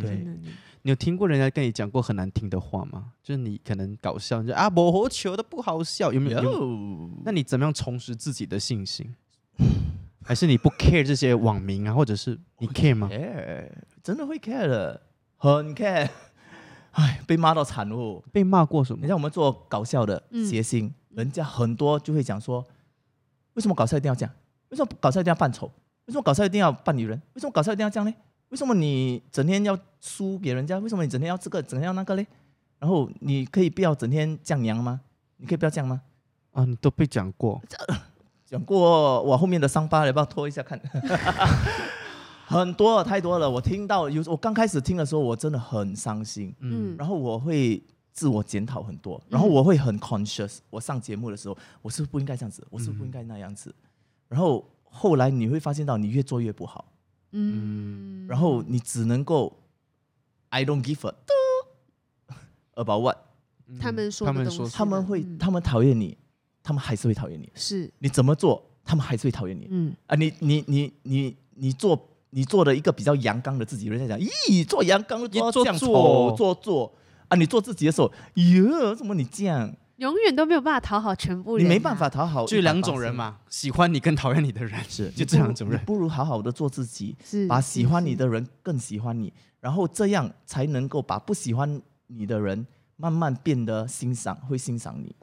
嗯，对真的呢你有听过人家跟你讲过很难听的话吗？就是你可能搞笑，你就啊，我好球的不好笑，有没有？有有那你怎么样重拾自己的信心？ 还是你不 care 这些网民啊，或者是你 care 吗？ care，真的会 care 的，很 care。哎，被骂到惨哦！被骂过什你么？像我们做搞笑的嗯谐星，人家很多就会讲说，为什么搞笑一定要这样？为什么搞笑一定要扮丑？为什么搞笑一定要扮女人？为什么搞笑一定要这样呢？为什么你整天要输给人家？为什么你整天要这个，整天要那个嘞？然后你可以不要整天这样娘吗？你可以不要这样吗？啊，你都被讲过，讲过我后面的伤疤，要不要拖一下看？ 很多太多了，我听到有我刚开始听的时候，我真的很伤心，嗯嗯然后我会自我检讨很多，然后我会很 conscious，我上节目的时候，我是不是不应该这样子，我是不是不应该那样子，然后后来你会发现到你越做越不好，嗯，然后你只能够 I don't give a about what，他们说嗯他的们东西说他们会嗯他们讨厌你，他们还是会讨厌你，是，你怎么做，他们还是会讨厌你。嗯，啊，你你你你你做你做的一个比较阳刚的自己，人家讲，咦，做阳刚你做做这样作丑做作啊！你做自己的时候，哟，怎么你这样？永远都没有办法讨好全部你人，啊没办法，讨好，就两种人，嘛，喜欢你跟讨厌你的人， 是就这两种人你。不如好好的做自己，是把喜是欢你是的人更喜欢你，然后这样才能够把不喜欢你的人慢慢变得欣赏，会欣赏你。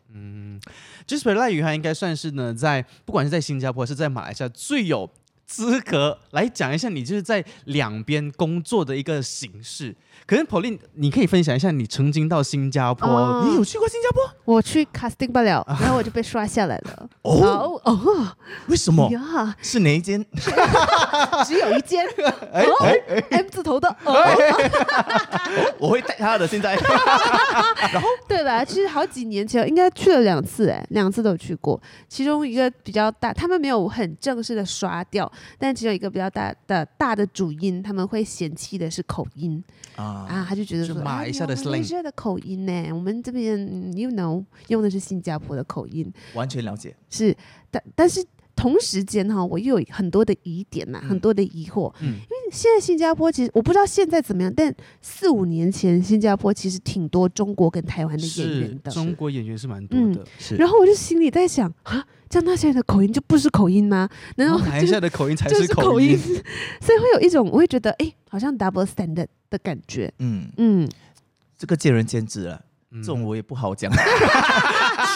Jasper 赖宇涵应该算是呢，在不管是在新加坡还是在马来西亚最有资格来讲一下你就是在两边工作的一个形式。可是 Pauline，你可以分享一下你曾经到新加坡，哦你有去过新加坡？我去 casting 不 了，然后我就被刷下来了。哦哦为什么？呀，是哪一间？ 只有 一间哎哦 M 字头的哦。我会带他的。现在 对吧？其实好几年前应该去了两次，哎，两次都有去过。其中一个比较大，他们没有很正式的刷掉，但只有一个比较大的大的主音，他们会嫌弃的是口音啊啊，他就觉得说哦就马来西亚的哎呀 slang 马来西亚的口音呢，我们这边嗯 you know 用的是新加坡的口音，完全了解。是，但但是同时间哈，我又有很多的疑点呐、嗯很多的疑惑，嗯因为现在新加坡其实我不知道现在怎么样，但四五年前新加坡其实挺多中国跟台湾的演是员嗯的，中国演员是蛮多的，是然后我就心里在想啊，这样那些人的口音就不是口音吗？难然道后马来就西是亚的口音才就是口音？ 所以会有一种我会觉得哎，好像 double standard 的感觉。嗯，嗯，这个见仁见智了。这这种我也不 好讲，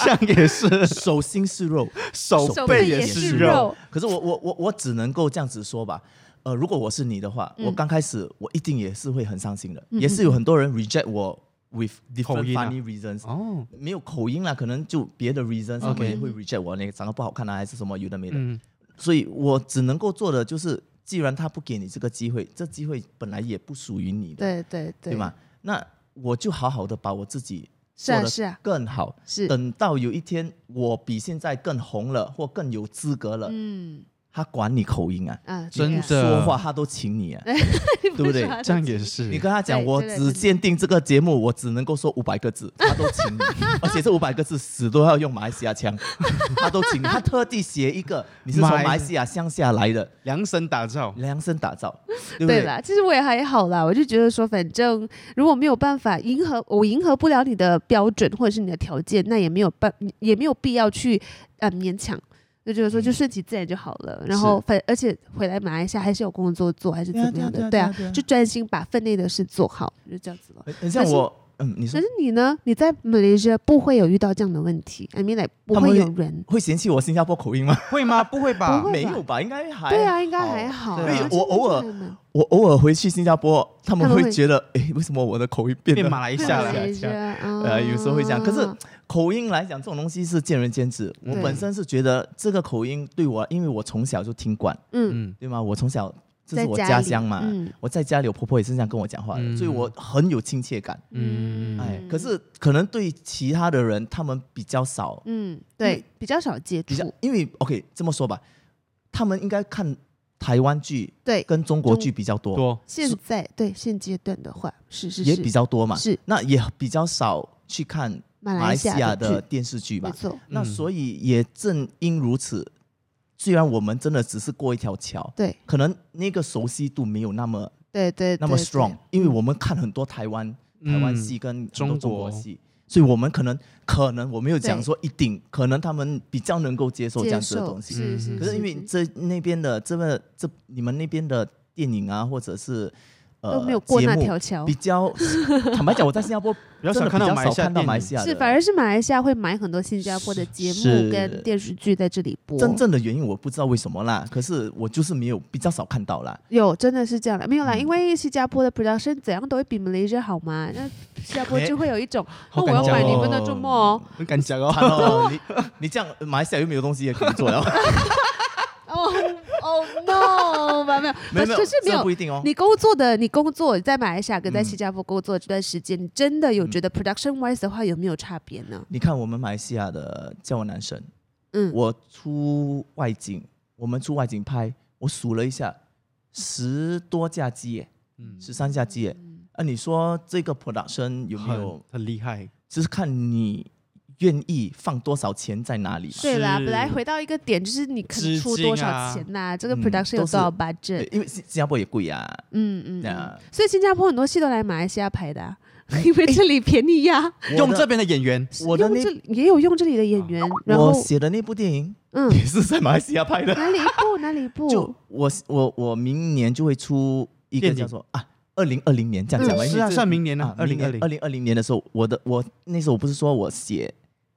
像也是，手心是肉。手手背背也也是是肉，肉，可是我我我我只能够这样子说吧。呃，如果我是你的话，嗯我刚开始我一定也是会很伤心的，嗯也是有很多人 reject 我 with 口 different 音啊 funny reasons，、哦，没有口音啦，可能就别的 reasons 他 OK 们会 reject 我，那个长得不好看啊，还是什么有的没的。嗯，所以我只能够做的就是，既然他不给你这个机会，这机会本来也不属于你的，对对对，对吗？？那我就好好的把我自己是做啊的是啊更好，是，等到有一天我比现在更红了，或更有资格了，嗯他管你口音啊，啊，真对啊啊的说话他都请你啊。对对不 对这样也是，你跟他讲，对我对对只限定这个节目，我只能够说五百个字，他都 请你，而且这五百个字死都要用马来西亚腔，他都请你，他特地写一个，你是从马来西亚乡下来 的，量身打造，量身打造，对不对？啦，其实我也还好啦，我就觉得说，反正如果没有办法迎合，我迎合不了你的标准或者是你的条件，那也没有办，也没有必要去呃勉强。就觉得嗯说就顺其自然就好了，然后反而且回来马来西亚还是有工作做，还是怎对啊么样对的，对啊对啊啊对啊对啊，就专心把分内的事做好，就这样子了。很很像我，嗯，你可说是你呢？你在马来西亚不会有遇到这样的问题，I mean like 不他们会会有人，会嫌弃我新加坡口音吗？会吗？不会吧？不会没有吧，应该还对啊，应该还好啊。对啊真的我偶尔真的我偶尔回去新加坡，他们他们会会觉得，哎，为什么我的口音变变得马来西亚马了来西亚，呃有时候会这样可是啊口音来讲，这种东西是见仁见智。我对本身是觉得这个口音对我，因为我从小就听惯，嗯嗯，对吗？我从小这是我在家里乡嘛，嗯我在家里，我婆婆也是这样跟我讲话的，所以嗯我很有亲切感。嗯哎，可是可能对其他的人，他们比较少，嗯，因对为，比较少接比较触，因为 OK 这么说吧，他们应该看台湾剧对。跟中国剧比较多，多现在对现阶段的话，是是也是比较多嘛，是那也比较少去看马马来西西亚的的剧电视剧吧没。错，那嗯所以也正因如此，虽然我们真的只是过一条桥，对可能那个熟悉度没有那么对对，那么对 strong，因为我们看很多台湾台湾嗯戏跟很多中国中国戏，所以我们可能可能我没有讲对说一定，可能他们比较能够接受这接样子的受东西。是是，嗯可是因为这那边的这个这你们那边的电影啊，或者是呃都没有过那节目条桥比，较坦白讲，我在新加 坡比较真少的看到比马较来少西亚看到电马来影西亚的，是反而是马来西亚会买很多新加坡的节目是跟电视剧在这里播，真正的原因我不知道为什么啦，可是我就是没有比较少看到 啦。有真的是这样的，没有啦，嗯因为新加坡的 production 怎样都会比 Malaysia 好嘛，那新加坡哎就会有一种，好那我敢要讲买你哦，们的周末哦，很敢讲哦。惨哦，你你这样马来西亚又没有东西也可以 做了，哦哦 no，吧没有，没有没有，可是没这有不。一定哦。你工作的，你工作在马来西亚跟在嗯新加坡工作这段时间，你真的有觉得 production wise 的话有没有差别呢？你看我们马来西亚的叫我男神，嗯，我出外景，我们出外景拍，我数了一下，十多架机耶，嗯，十三架机耶。嗯啊，你说这个 production 有没有很？很厉害，就是看你愿意放多少钱在哪里嘛。对啦，是本来回到一个点，就是你肯资出金多少啊钱呐、这个嗯 production 有都多是少 budget？对因为新新加坡也贵啊，嗯嗯嗯，那所以新加坡很多戏都来马来西亚拍的啊、因为这里便宜呀、用这边的演员，哎 我的用那啊这里也有用这里的演员，然我后写的那部电影嗯，哦也是在马来西亚拍的。哪里一部哪里一 就部，我我我明年就会出一电个影叫做啊，二零二零年这样讲嗯吧，因为是啊这算明年啊啊， 2020二零二零年的时候，我的我那时候我不是说我写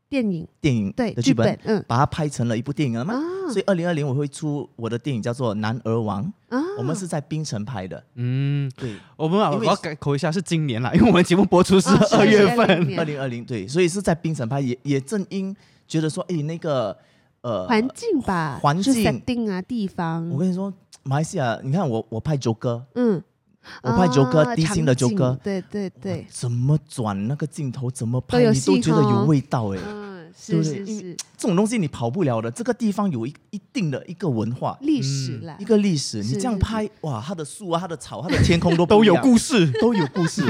电影电影对的剧本，本，嗯把它拍成了一部电影了吗？啊所以二零二零我会出我的电影叫做《男儿王》，啊，我们是在槟城拍的，嗯，对，我们啊因我为要改口一下，是今年啦，因为我们节目播出是啊是二月是2020份，年二零二零对，所以是在槟城拍，也也正因觉得说，哎，那个呃环境吧，环就境 setting 啊地方，我跟你说，马来西亚，你看我我拍九哥，嗯，我拍九哥啊低薪的场九景哥，对对对，怎么转那个镜头，怎么都拍，有你都戏觉得哈有味道哎、嗯，对是不是对是，这种东西你跑不了的。这个地方有一一定的一个文化，历史嗯啦一，个历史。你是这样是拍，哇，它的树啊，它的草，它的天空都都有事，故事。 都有故事。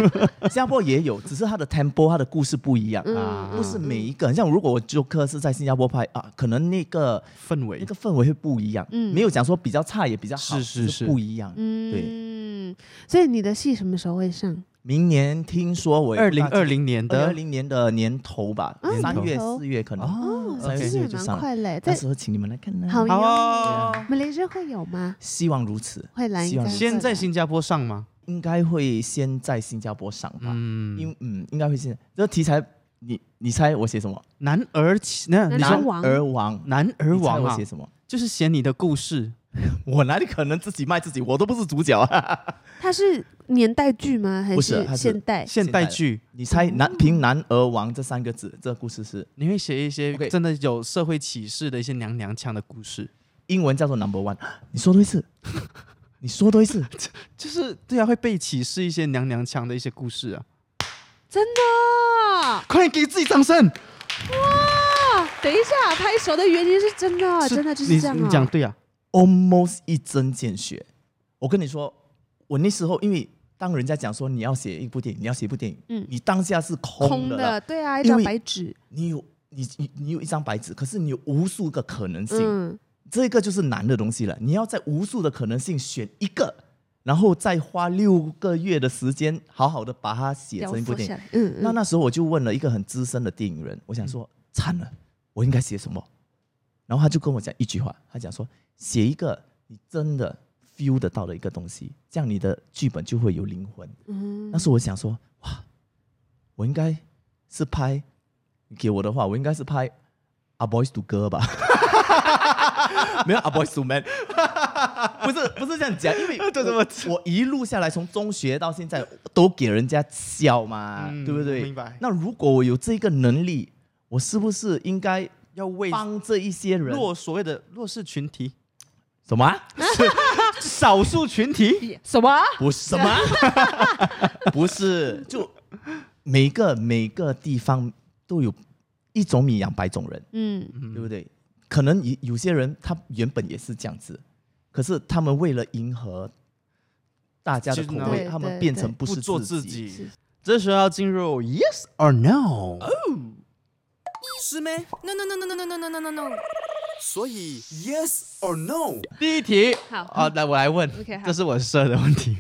新加坡也有，只是它的 tempo，它的故事不一样。嗯啊不是每一个，像如果我 Joker 是在新加坡拍啊，可能那个氛围那个氛围会不一样，嗯没有讲说比较差也比较好，是是只是不一样。嗯对嗯，所以你的戏什么时候会上？明年听说我二零二零年二的零年的年头吧啊，嗯三年月头四月可能，哦三其月实四也月就蛮上了。嗯快嘞，到在时候请你们来看呢。好哟哦，马来西亚会有吗？希望如此，会来啊希应望该如此先在新加坡上吗？应该会先在新加坡上吧，嗯，因嗯应该会先。这个题材，你你猜我写什么？男儿起那男你儿说王儿王，男儿王你猜啊我写，什么？就是写你的故事，我哪里可能自己卖自己？我都不是主角啊！它是年代剧吗？还不是它是现代？现代剧，你猜男凭男儿王这三个字，这个故事是你会写一些 OK 真的有社会启示的一些娘娘腔的故事，英文叫做 Number One。你 说多一次， 你说多一次，就是对啊，会被启示一些娘娘腔的一些故事啊。真的快点给自己掌声！哇！啊等一下，拍手的原因是真的，真的就是这样你啊你。讲对啊， almost 一针见血。我跟你说，我那时候因为当人家讲说你要写一部电影，你要写一部电影，嗯你当下是空的啦，对啊，一因张为白纸。你有你你你有一张白纸，可是你有无数个可能性，嗯，这个就是难的东西了。你要在无数的可能性选一个，然后再花六个月的时间，好好的把它写雕成一部塑电下影。来。嗯，那嗯那时候我就问了一个很资深的电影人，我想说惨了，我应该写什么？然后他就跟我讲一句话，他讲说写一个你真的 feel 得到的一个东西，这样你的剧本就会有灵魂。嗯那时候我想说，哇，我应该是拍，你给我的话，我应该是拍《A Boys to Girl》吧？ 没有《A Boys to Man》，不是不是这样讲， 因为这怎么我我一路下来，从中学到现在都给人家笑嘛，嗯啊对不对？明白那如果我有这个能力，我是不是应该要为帮这一些人？ 弱所谓的弱势群体什么啊？ 少数群体，什么？不是什么？不是，就每个每个地方都有一种米养百种人，嗯对不对？可能有有些人他原本也是这样子，可是他们为了迎合大家的就口是拿味，对他们对变成不不是做自己己。是。这时候要进入 yes or no，是哦咩？No no no no no no no no no no。所以 yes or no？第一题。好啊，来我来问 OK，好这是我设的问题。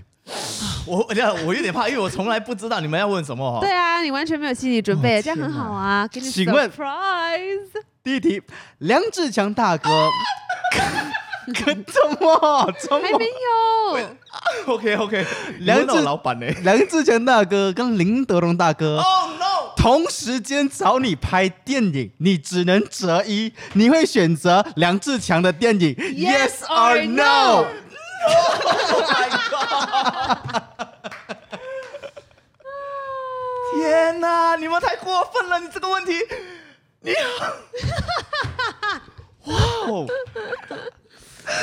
我 我这样我有点怕，因为我从来不知道你们要问什么哦。对啊，你完全没有心理准备，这样很好啊，给你请问 surprise。第一题，梁志强大 哥，跟周末周还没末，有， OK OK，梁梁总志老板呢梁志强大哥跟林德龙大哥？Oh no！同时间找你拍电影，你只能择一，你会选择梁志强的电影 Yes or no？天哪，你们太过分了！你这个问题，你，哇哦，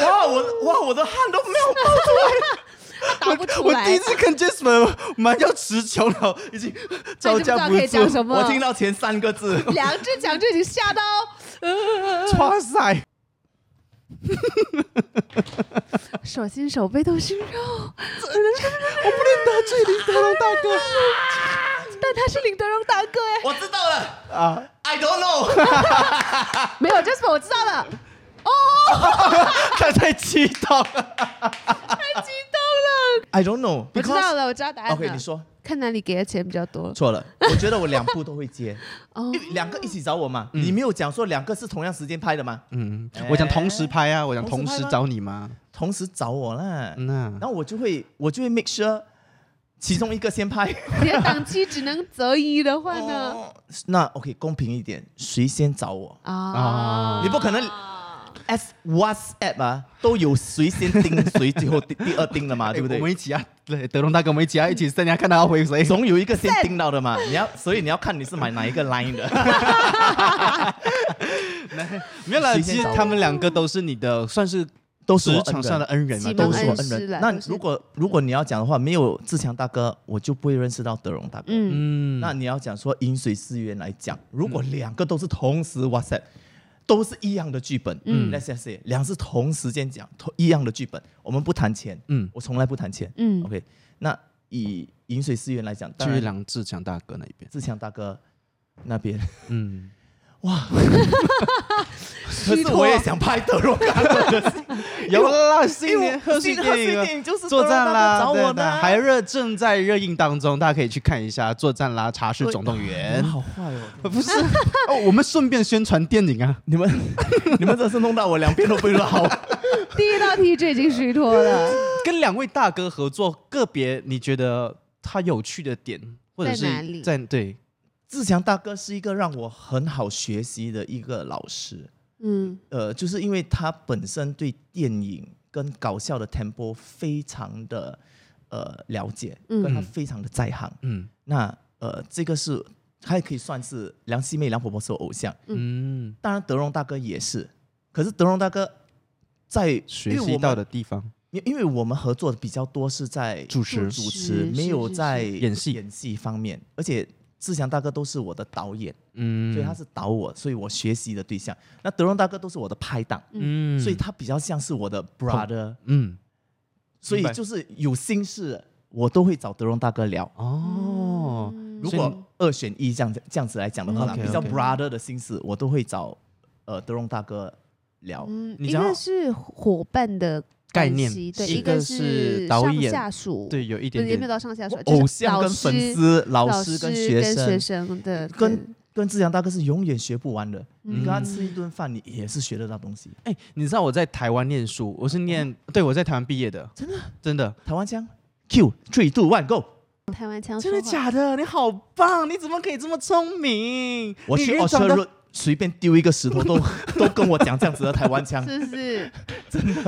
哇我哇我的汗都没有冒出答不出我来第一，次 看 Jasper 蛮要词穷了，已经招就不知架道不可以讲什住，么。我听到前三个 字，梁志强就已经吓到，呃哇塞！手心手背都是肉。不能得罪林德龙大哥。但他是林德荣大哥哎，我知道了啊，I don't know，没有，Jasper 我知道了，他太激动了。太激动了。 I don't know，我知道 because- 了，我知道答案了。 OK，你说看哪里给的钱比较多错了，我觉得我两部都会接， 哦因为两个一起找我嘛，你没有讲说两个是同样时间拍的吗？嗯，我讲同时拍啊，我讲同同时拍吗时找你嘛。同时找我啦，嗯呐然，后我就会我就会 make sure 其中一个先 拍。你的档期只能择一的话呢？哦那 OK，公平一点，谁先找我啊，你不可能？S WhatsApp 啊，都有谁先盯谁最后第 第二盯的嘛，对不哎对我？们一起啊，对，德龙大哥，我们一起啊，一起在家看他要 回谁。总有一个先盯到的嘛，你要，所以你要看你是买哪一个 line 的。没有啦，谁其先实找我他们两个都是你的，算是都是我职恩场人上的恩人嘛，启都蒙都是我是我恩恩恩师啦人。那都是如果如果你要讲的话，没有志强大哥，我就不会认识到德荣大哥。嗯，嗯，那你要讲说饮水思源来讲，如果两个都是同时 WhatsApp，都是一样的剧本，嗯嗯，Let's just say 两是同时间讲同一样的剧本，我们不谈钱，嗯，我从来不谈钱，嗯，OK，那以饮水思源来讲，当去然梁志强大哥那一边。志强大哥那边， 嗯， 可是我也想拍德荣大哥的戏，有啦，新因为年贺岁电影新贺啊岁电影就是作战啦，德荣大哥找对我的的，啊还热正在热映当中，大家可以去看一下《作战啦茶室总动员》。好坏哦，不是，哦我们顺便宣传电影啊。你们 你们真是弄到我两边都不知道，第一道题就已经虚脱了， 跟两位大哥合作，个别你觉得他有趣的点，或者是在哪里在对，志强大哥是一个让我很好学习的一个老师。嗯呃，就是因为他本身对电影跟搞笑的 tempo 非常的呃了解，嗯跟他非常的在行。嗯那呃，这个是他也可以算是梁希妹、梁婆婆是我偶像，嗯，当然德荣大哥也是。可是德荣大哥在因学为我习们到的地方，因因为我们合作的比较多是在主持主是持，没有是在是演戏演戏方面，而且志强大哥都是我的导演，嗯，所以他是导我，所以我学习的对象。那德荣大哥都是我的拍档。嗯，所以他比较像是我的 brother，嗯所以明白就是有心事我都会找德荣大哥聊。哦，嗯如所以果二选一这样子这样子来讲的话啦，嗯，OK，OK 比较 brother 的心事我都会找呃德荣大哥聊。嗯，你一想要个是伙伴的概关念系对，是一一个个是是导上演下属，对，有一不是，点也没有点，到上下属啊，就是偶像跟粉丝、老老师跟跟学学生，生的跟跟志强大哥是永远学不完的。你跟他嗯吃一顿饭，你也是学得到东西。哎，你知道我在台湾念书，我是念，对我在台湾毕业的，真的真的，台湾腔，Q three two one go。台湾腔真说的话，假的？你好棒，你怎么可以这么聪明？我你去人 o 长 c h 得 Road 随便丢一个石头 都都跟我讲这样子的台湾腔，是不是？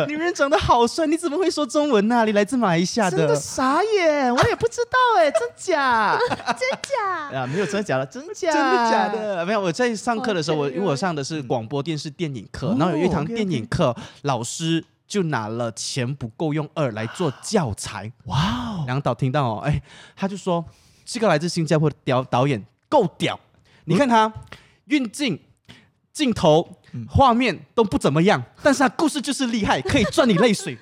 你人长得好帅，你怎么会说中文啊呢、你来自马来西亚真的傻眼，我也不知道哎，真假？假 啊，没有真的假的，真假？真的假？的？没有，我哦在上课的时候，我因为我上的是广播电视电影课，然后有一堂电影课，老师就拿了钱不够用二来做教材。哇哦，梁导听到哦，哎，他就说这个来自新加坡的导导演够屌，你看他运镜、镜头、画面都不怎么样，但是他故事就是厉害，可以赚你泪水。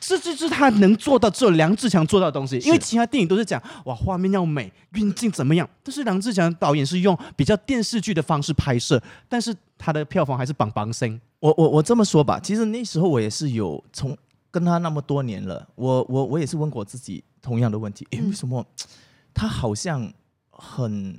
这就是他能做到，只有梁志强做到的东西。因为其他电影都是讲哇，画面要美，运镜怎么样，但是梁志强导演是用比较电视剧的方式拍摄，但是他的票房还是榜榜声。我我我这么说吧，其实那时候我也是有从跟他那么多年了，我我我也是问过自己同样的问题，诶，嗯为什么他好像很，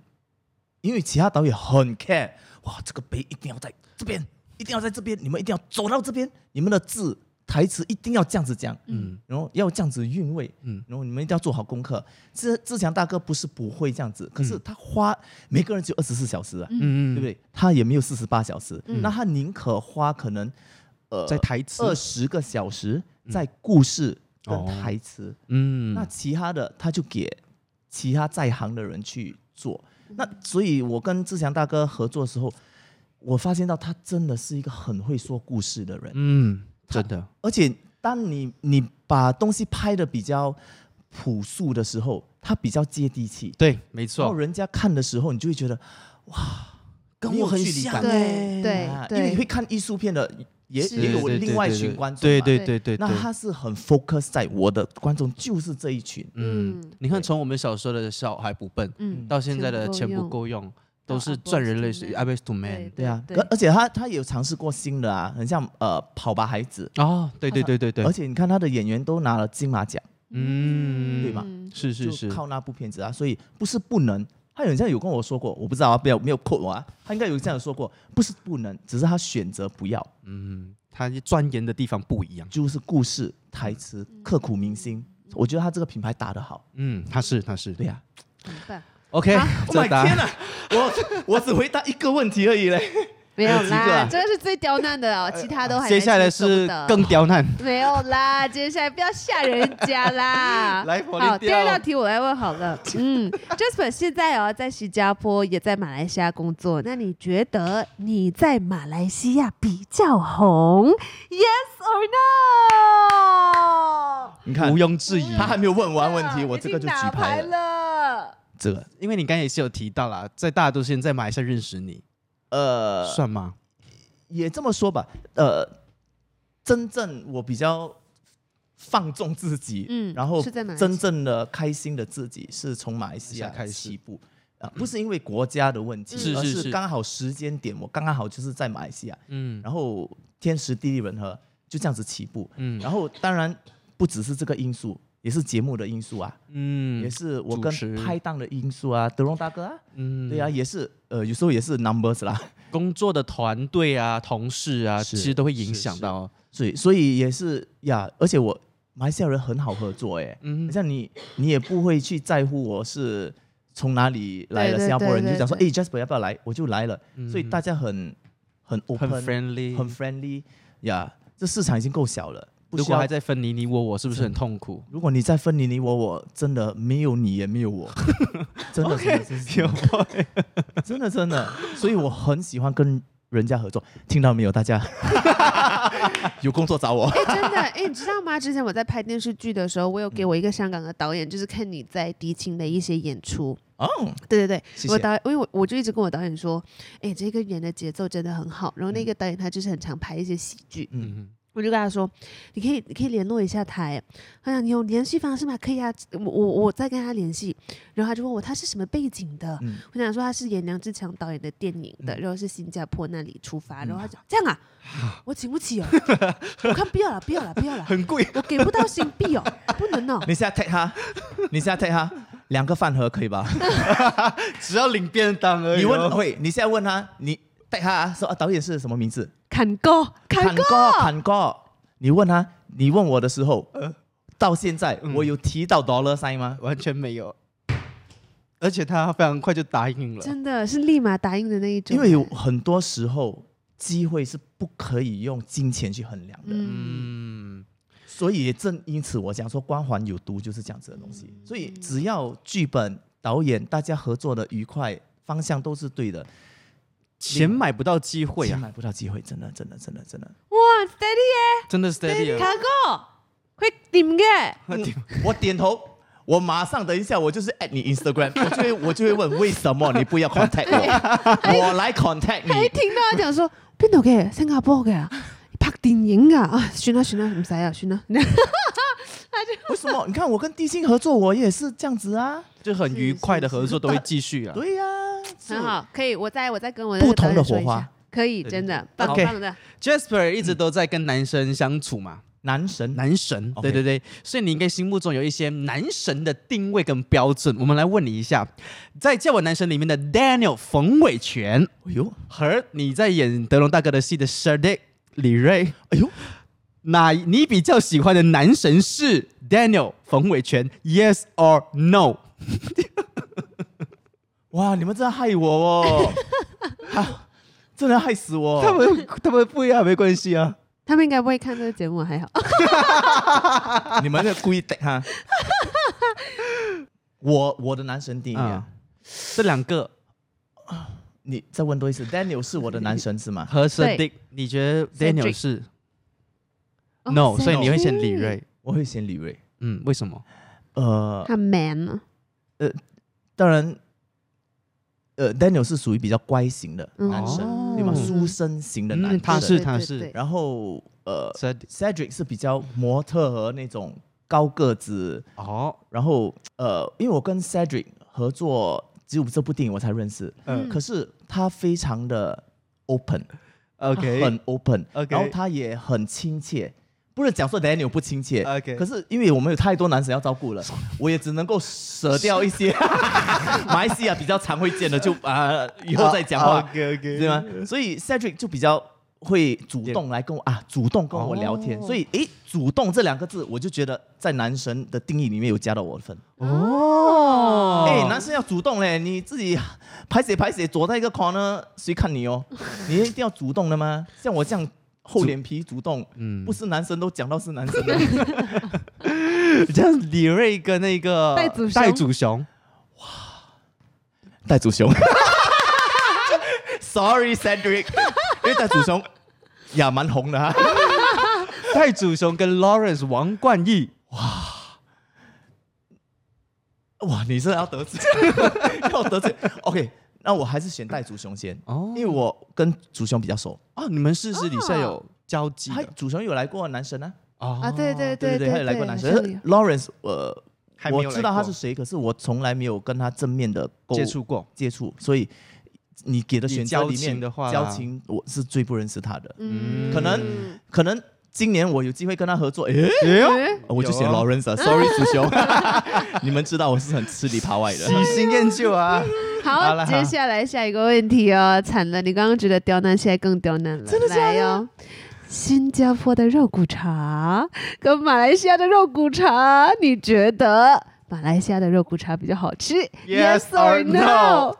因为其他导演很 care，哇，这个杯一定要在这边，一定要在这边，你们一定要走到这边，你们的字台词一定要这样子讲，嗯然后要这样子韵味，嗯嗯，然后你们一定要做好功课。志志强大哥不是不会这样子，可是他花、每个人只有二十四小时啊，嗯对不对？他也没有四十八小时，嗯那他宁可花可能呃在台词嗯二，十个小时在故事跟哦台词，嗯那其他的他就给其他在行的人去做。嗯那所以，我跟志强大哥合作的时候，我发现到他真的是一个很会说故事的人。嗯，真的，而且当你你把东西拍的比较朴素的时候，它比较接地气，对，没然后错，人家看的时候，你就会觉得哇，跟我很像没有对距离哎对感啊因为你对会看艺术片的，也是也有对对对另外一对群对观众对嘛，对对对，那对他是很 focus 在我的观众就是这一群，嗯嗯，你看从我们小时候的小孩不笨，嗯，到现在的钱钱不不够够啊用，都到是 Abos 赚人 to 类水 man ，I b e s to man。对啊，对嗯而而且他他也有尝试过新的啊，很像呃跑吧孩子，哦，对对对对对而，且你看他的演员都拿了金马奖，嗯，对吧嗯是是，就是靠那部片子啊，所以不是不能。他好像有跟我说过，我不知道啊，不要没有扣我啊。他应该有这样说过，不是不能，只是他选择不要，嗯，他钻研的地方不一样。就是故事、台词、嗯刻骨铭心。我觉得他这个品牌打得好，嗯，他是他是，对呀、啊怎么办？ OK，我 这的答天啊案哪，我 我只回答一个问题而已嘞。没有几个啦啊，这个是最刁难的哦，其他都还呃接下来蛮轻松是的更刁难，没有啦，接下来不要吓人家 啦。来火力好，第掉二道题我来问好了。嗯，Jasper 现在哦在新加坡也在马来西亚工作，那你觉得你在马来西亚比较红？Yes or no？你 看毋，庸置疑。他还没有问完问题，啊我这个就已经举打牌了。了。这个因为你刚才也是有提到啦，在大都现在马来西亚认识你，呃，算吗？也这么说吧，呃，真正我比较放纵自己，嗯然后是在马来西亚真正的开心的自己是从马来西马亚来西亚开始起步。啊，不是因为国家的问嗯题，是而是是是刚好时间点，我刚刚好就是在马来西亚，嗯然后天时地利人和就这样子起步。嗯然后当然不只是这个因素，也是节目的因素啊，也嗯是我主跟持拍档的因素啊，德荣大哥啊，嗯对啊，也是呃，有时候也是 numbers 啦，工作的团队啊、同事啊，其是实都会影是响是到。哦所以所以也是呀，而且我马来西亚人很好合作哎，嗯好像你你也不会去在乎我是从哪里来对的对新加坡人，对对就讲说哎对嗯，Jasper 要不要来，我就来了，所以大家很很 open，很 friendly，很 friendly 呀，这市场已经够小了，不如需果还要。在分你你我我，是不是很痛苦？如果你再分你你我我，真的没有你也没 有我，真的真的真的真的 真的真的，所以我很喜欢跟人家合作，听到没有？大家有工作找我。哎，真的，哎，你知道吗？之前我在拍电视剧的时候，我有给我一个香港的导演，就是看你在迪青的一些演出。哦，对对对，谢我谢。导，因为我我就一直跟我导演说，哎，这个演的节奏真的很好。然后嗯那个导演他就是很常拍一些喜剧，嗯我就跟他说，你可以你可以联络一下他。哎，他讲你有联系方式吗？可以啊，我我我再跟他联系。然后他就问我他是什么背景的，嗯我想说他是演梁志强导演的电影的，然后是新加坡那里出发，嗯然后他讲这样啊，我请不起哦， 我看不要了，不要了，不要了，很贵。我给不到新币哦，不能哦。你现在 take 他，你现在 take 他，两个饭盒可以吧？只要领便当哦而已、哦你问，会，你现在问他，你 take 他啊说啊，导演是什么名字？砍哥，砍哥，哥，坎哥。你问他，你问我的时候，呃到现在嗯我有提到 dollar sign 吗？完全没有，而且他非常快就答应了。真的是立马答应的那一种。因为有很多时候机会是不可以用金钱去衡量的，嗯，嗯，所以也正因此我讲说光环有毒就是这样子的东西。嗯所以只要剧本、导演大家合作的愉快，方向都是对的，钱买不到机会钱啊！买不到机会，真的，真的，真的，真的。哇， steady 真的 steady 啊耶，了。卡哥，快点嘅，啊嗯我点头。我马上等一下，我就是 at 你 Instagram，我就会我就会问为什么你不要 contact 我，我来 contact 他一你。听到他讲说邊度嘅，新加坡嘅啊，拍電影㗎啊，算啦算啦，唔使啊，算啦， 네. 为什么？你看我跟地心合作，我也是这样子啊。就很愉快的合作都会继续啊。对呀、是很好，可以，我再我再跟我不同导的演说一火花下，可 네,以，真的棒 OK 棒的， Jasper 一直都在跟男生相处嘛，男神，男神，对 OK 对对，所以你应该心目中有一些男神的定位跟标准。我们来问你一下，在《叫我男神》里面的 Daniel 冯伟权哎呦和你在演德龙大哥的戏的 s h e r d i k 李锐，哎呦，哪你比较喜欢的男神是 Daniel 冯伟权？Yes or No？哇！你们真的害我哦，啊真的害死我。他们他们不一样，没关系啊。他们應該不會看這個節目，還好，你们的故意的 哈。我我的男神第一啊，啊，这两个你再问多一次，Daniel 是我的男神 是吗？和 s h e r d i 对 k 你觉得 Cedric Daniel 是 哦 No？所以你会选李 Cedric 锐？我会选李锐。嗯，为什么？呃，他 man 啊，当然，呃，Daniel 是属于比较乖型的嗯男生，哦对吧？嗯书生型的嗯男生，他是对他对是对然后呃 s h e r d i k ，Cedric 是比较模特和那种高个子，哦，然后呃，因为我跟 Cedric 合作只有这部电影我才认识，嗯可是他非常的 open， ，OK，他很 open， OK 然后他也很亲切。不是讲说 Daniel 不亲切 OK 可是因为我们有太多男神要照 顾了，我也只能够舍掉一些马来西亚比较常会见的，就啊、呃以后再讲话。啊 OK OK，对吗？？所以 Cedric 就比较会主动来跟我啊，主动跟我聊天。哦所以诶，主动这两个字，我就觉得在男神的定义里面有加到我的份。哦，诶，哎男生要主动嘞，你自己排谁排谁，躲在一个 corner，谁看你 哦？你一定要主动的吗？像我这样厚脸皮主动，嗯不是男神都讲到是男神哦了。 这样李锐跟那个戴祖雄戴祖雄，戴祖雄 ，Sorry Cedric，因为戴祖雄也蛮红的哈。啊戴祖雄跟 Lawrence 王冠逸，哇，你真的要得罪， 要得罪。OK，那我还是选戴祖雄先，哦因为我跟祖雄比较熟，哦，你们是私底下有交集他的祖雄有来过男神啊，哦啊，对 아,对 네,对对他有来过男神好像有。 Lawrence，呃，还没我有来知道他过是谁，可是我从来没有跟他正面的沟接触过，接触，所以你给的你选择交里情面的话啦交情我是最不认识他 음.的，嗯可能可能今年我有机会跟他合作，诶，哎呦，诶我就选有啊 Lawrence 啊，Sorry 祖雄， 你们知道我是很吃里扒外 的。喜新厌旧啊，好好，了接下来下一个问题哦，惨了，你刚刚觉得刁难，现在更刁难了，真的来哦。新加坡的肉骨茶跟马来西亚的肉骨茶，你觉得马来西亚的肉骨茶比较好吃 Yes or or no？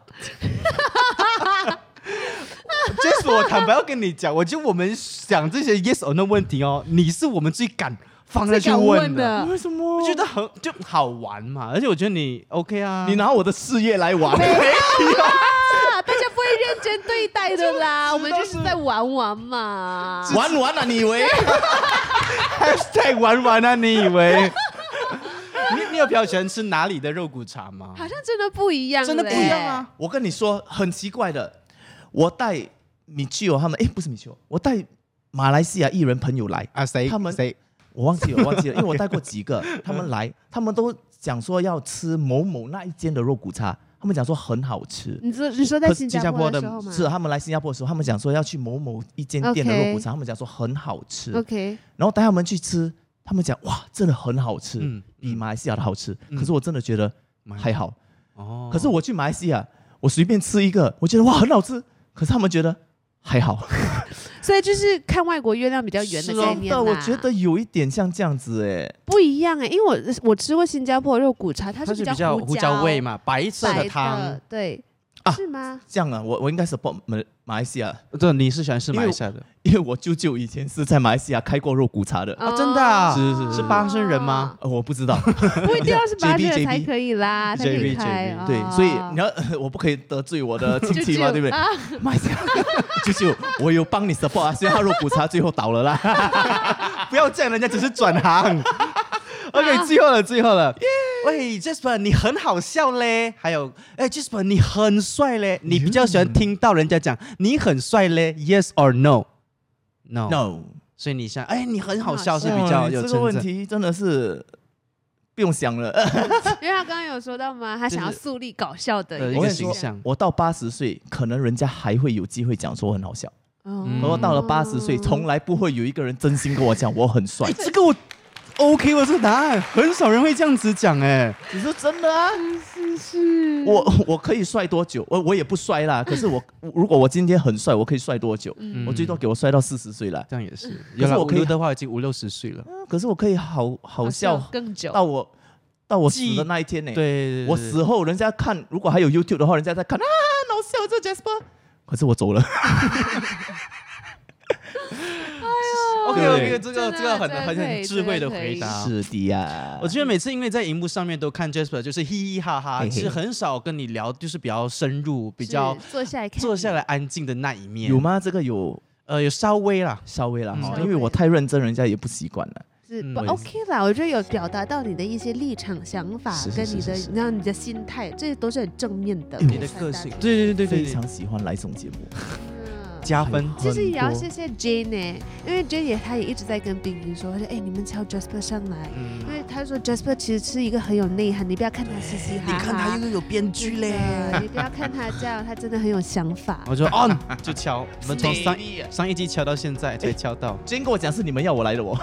就是我坦白要跟你讲，我觉得我们想这些 yes or no 问题哦，你是我们最敢放下去敢问问的，的，为什么我觉得很就好玩嘛，而且我觉得你 OK 啊，你拿我的事业来玩？啊，大家不会认真对待的 啦，我们就是在玩玩嘛。 玩完了、你以为？ hashtag 玩玩啊，你以为？ 你你有比较喜欢吃哪里的肉骨茶吗？好像真的不一样嘞，真的不一样啊我跟你说，很奇怪的，我带米奇欧他们，哎，不是米奇欧，我带马来西亚艺人朋友来，啊，谁他们谁嗯我忘记了，我忘记了，因为我带过几个，他们来，他们都讲说要吃某某那一间的肉骨茶，他们讲说很好吃。你说你说在可是啊新新加加坡坡的的时候吗？是他们来新加坡的时候，他们讲说要去某某一间店的肉骨茶他们讲说很好吃哦 OK，然后带他们去吃，他们讲哇，真的很好吃，嗯比马来西亚的好吃。嗯可是我真的觉得蛮还好，哦可是我去马来西亚，我随便吃一个，我觉得哇很好吃，可是他们觉得还好。所以就是看外国月亮比较圆的概是念啦的，我觉得有一点像这样子哎，不一样哎、因为我我吃过新加坡肉骨茶，它它比比较胡椒味嘛，白色白的汤，对，啊是吗？这样啊，我我应该 support 马马来西亚，对，你是喜欢吃马来西亚的？因为我舅舅以前是在马来西亚开过肉骨茶的。啊真的啊是是是是巴生人吗？呃，我不知道，不一定要是 JB 八十 JB 才可以啦，才可 JB 以开。哦对，所以你要要我不可以得罪我的亲戚嘛，对不哦啊对？马来西亚 舅舅，我有帮你 support 啊，虽然他肉骨茶最后倒了啦，不要这样，人家只是转行。OK，最后哎哦了，最后了。喂，Jasper，你很好笑嘞。还有，哎，Jasper，你很帅嘞。你比较喜欢听到人家讲你很帅嘞？Yes or no？No。 no，所以你想，哎，你很好笑很好是比较哇有这个称问赞。题真的是不用想了。 因为他刚刚有说到嘛，他想要树立搞笑的呃一一个个跟你形说象我到八十岁，可能人家还会有机会讲说我很好笑。嗯可我到了八十岁，从来不会有一个人真心跟我讲我很帅哎，，这个我 OK，我这个答案很少人会这样子讲哎。 你说真的啊？是是，我我可以帅多久？我我也不帅 啦。可是我如果我今天很帅，我可以帅多久？嗯我最多给我帅到四十岁啦。这样也是，可有是了我吴可以六的话已经五六十岁了。可是我可以好嗯好笑哦更久。到我到我死记的那一天呢、对对，对我死后人家看，如果还有 YouTube 的话，人家在看啊，好笑这 Jasper。可是我走了，哎 OK 对 OK，这个真的这个很真的很可很以智慧的真的可以回答。啊是的呀我。觉得每次因为在荧幕上面都看 Jasper，就是嘻嘻哈哈，嘿嘿是很少跟你聊，就是比较深入、比是较坐下来看，坐下来安静的那一面。 有？吗？这个有呃，有稍微啦。稍微啦，嗯哈因为我太认真，人家也不习惯了。是嗯不我也是 OK 啦，我觉得有表达到你的一些立场、想法是，是跟是你的是是，然后你的心态，这都是很正面的。哎你的个性，对对对对非对，常喜欢来这种节目，嗯加分。其实也要很多谢谢 Jane 呢、因为 Jane 也她也一直在跟冰冰说，她说哎、你们叫 Jasper 上来，嗯因为她说 Jasper 其实是一个很有内涵，你不要看他嘻嘻哈哈，又有编剧真的，你不要看他这样，他真的很有想 法。我就 on 就敲，我们从上美丽啊上一季敲到现在哎才敲到。今天跟我讲是你们要我来 的哦，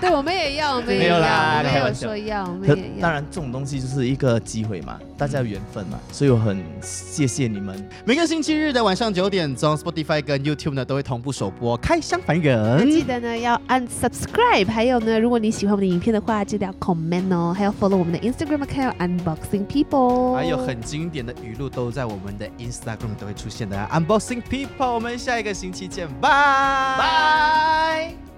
对，我们也要，我们也没要，有啦我们也开有玩笑说要，我们可也要。当然这种东西就是一个机会嘛，大家有缘分嘛，所以我很谢谢你们。每个星期日的晚上九点钟，Spotify 跟 YouTube 呢都会同步首播《开箱凡那人记》。得呢要按 subscribe，还有呢，如果你喜欢我们的影片的话，记得要 comment 哦，还要 follow 我们的 Instagram account Unboxing People，还有很经典的语录都在我们的 Instagram 都会出现的啊、Unboxing People，我们下一个星期见，拜拜。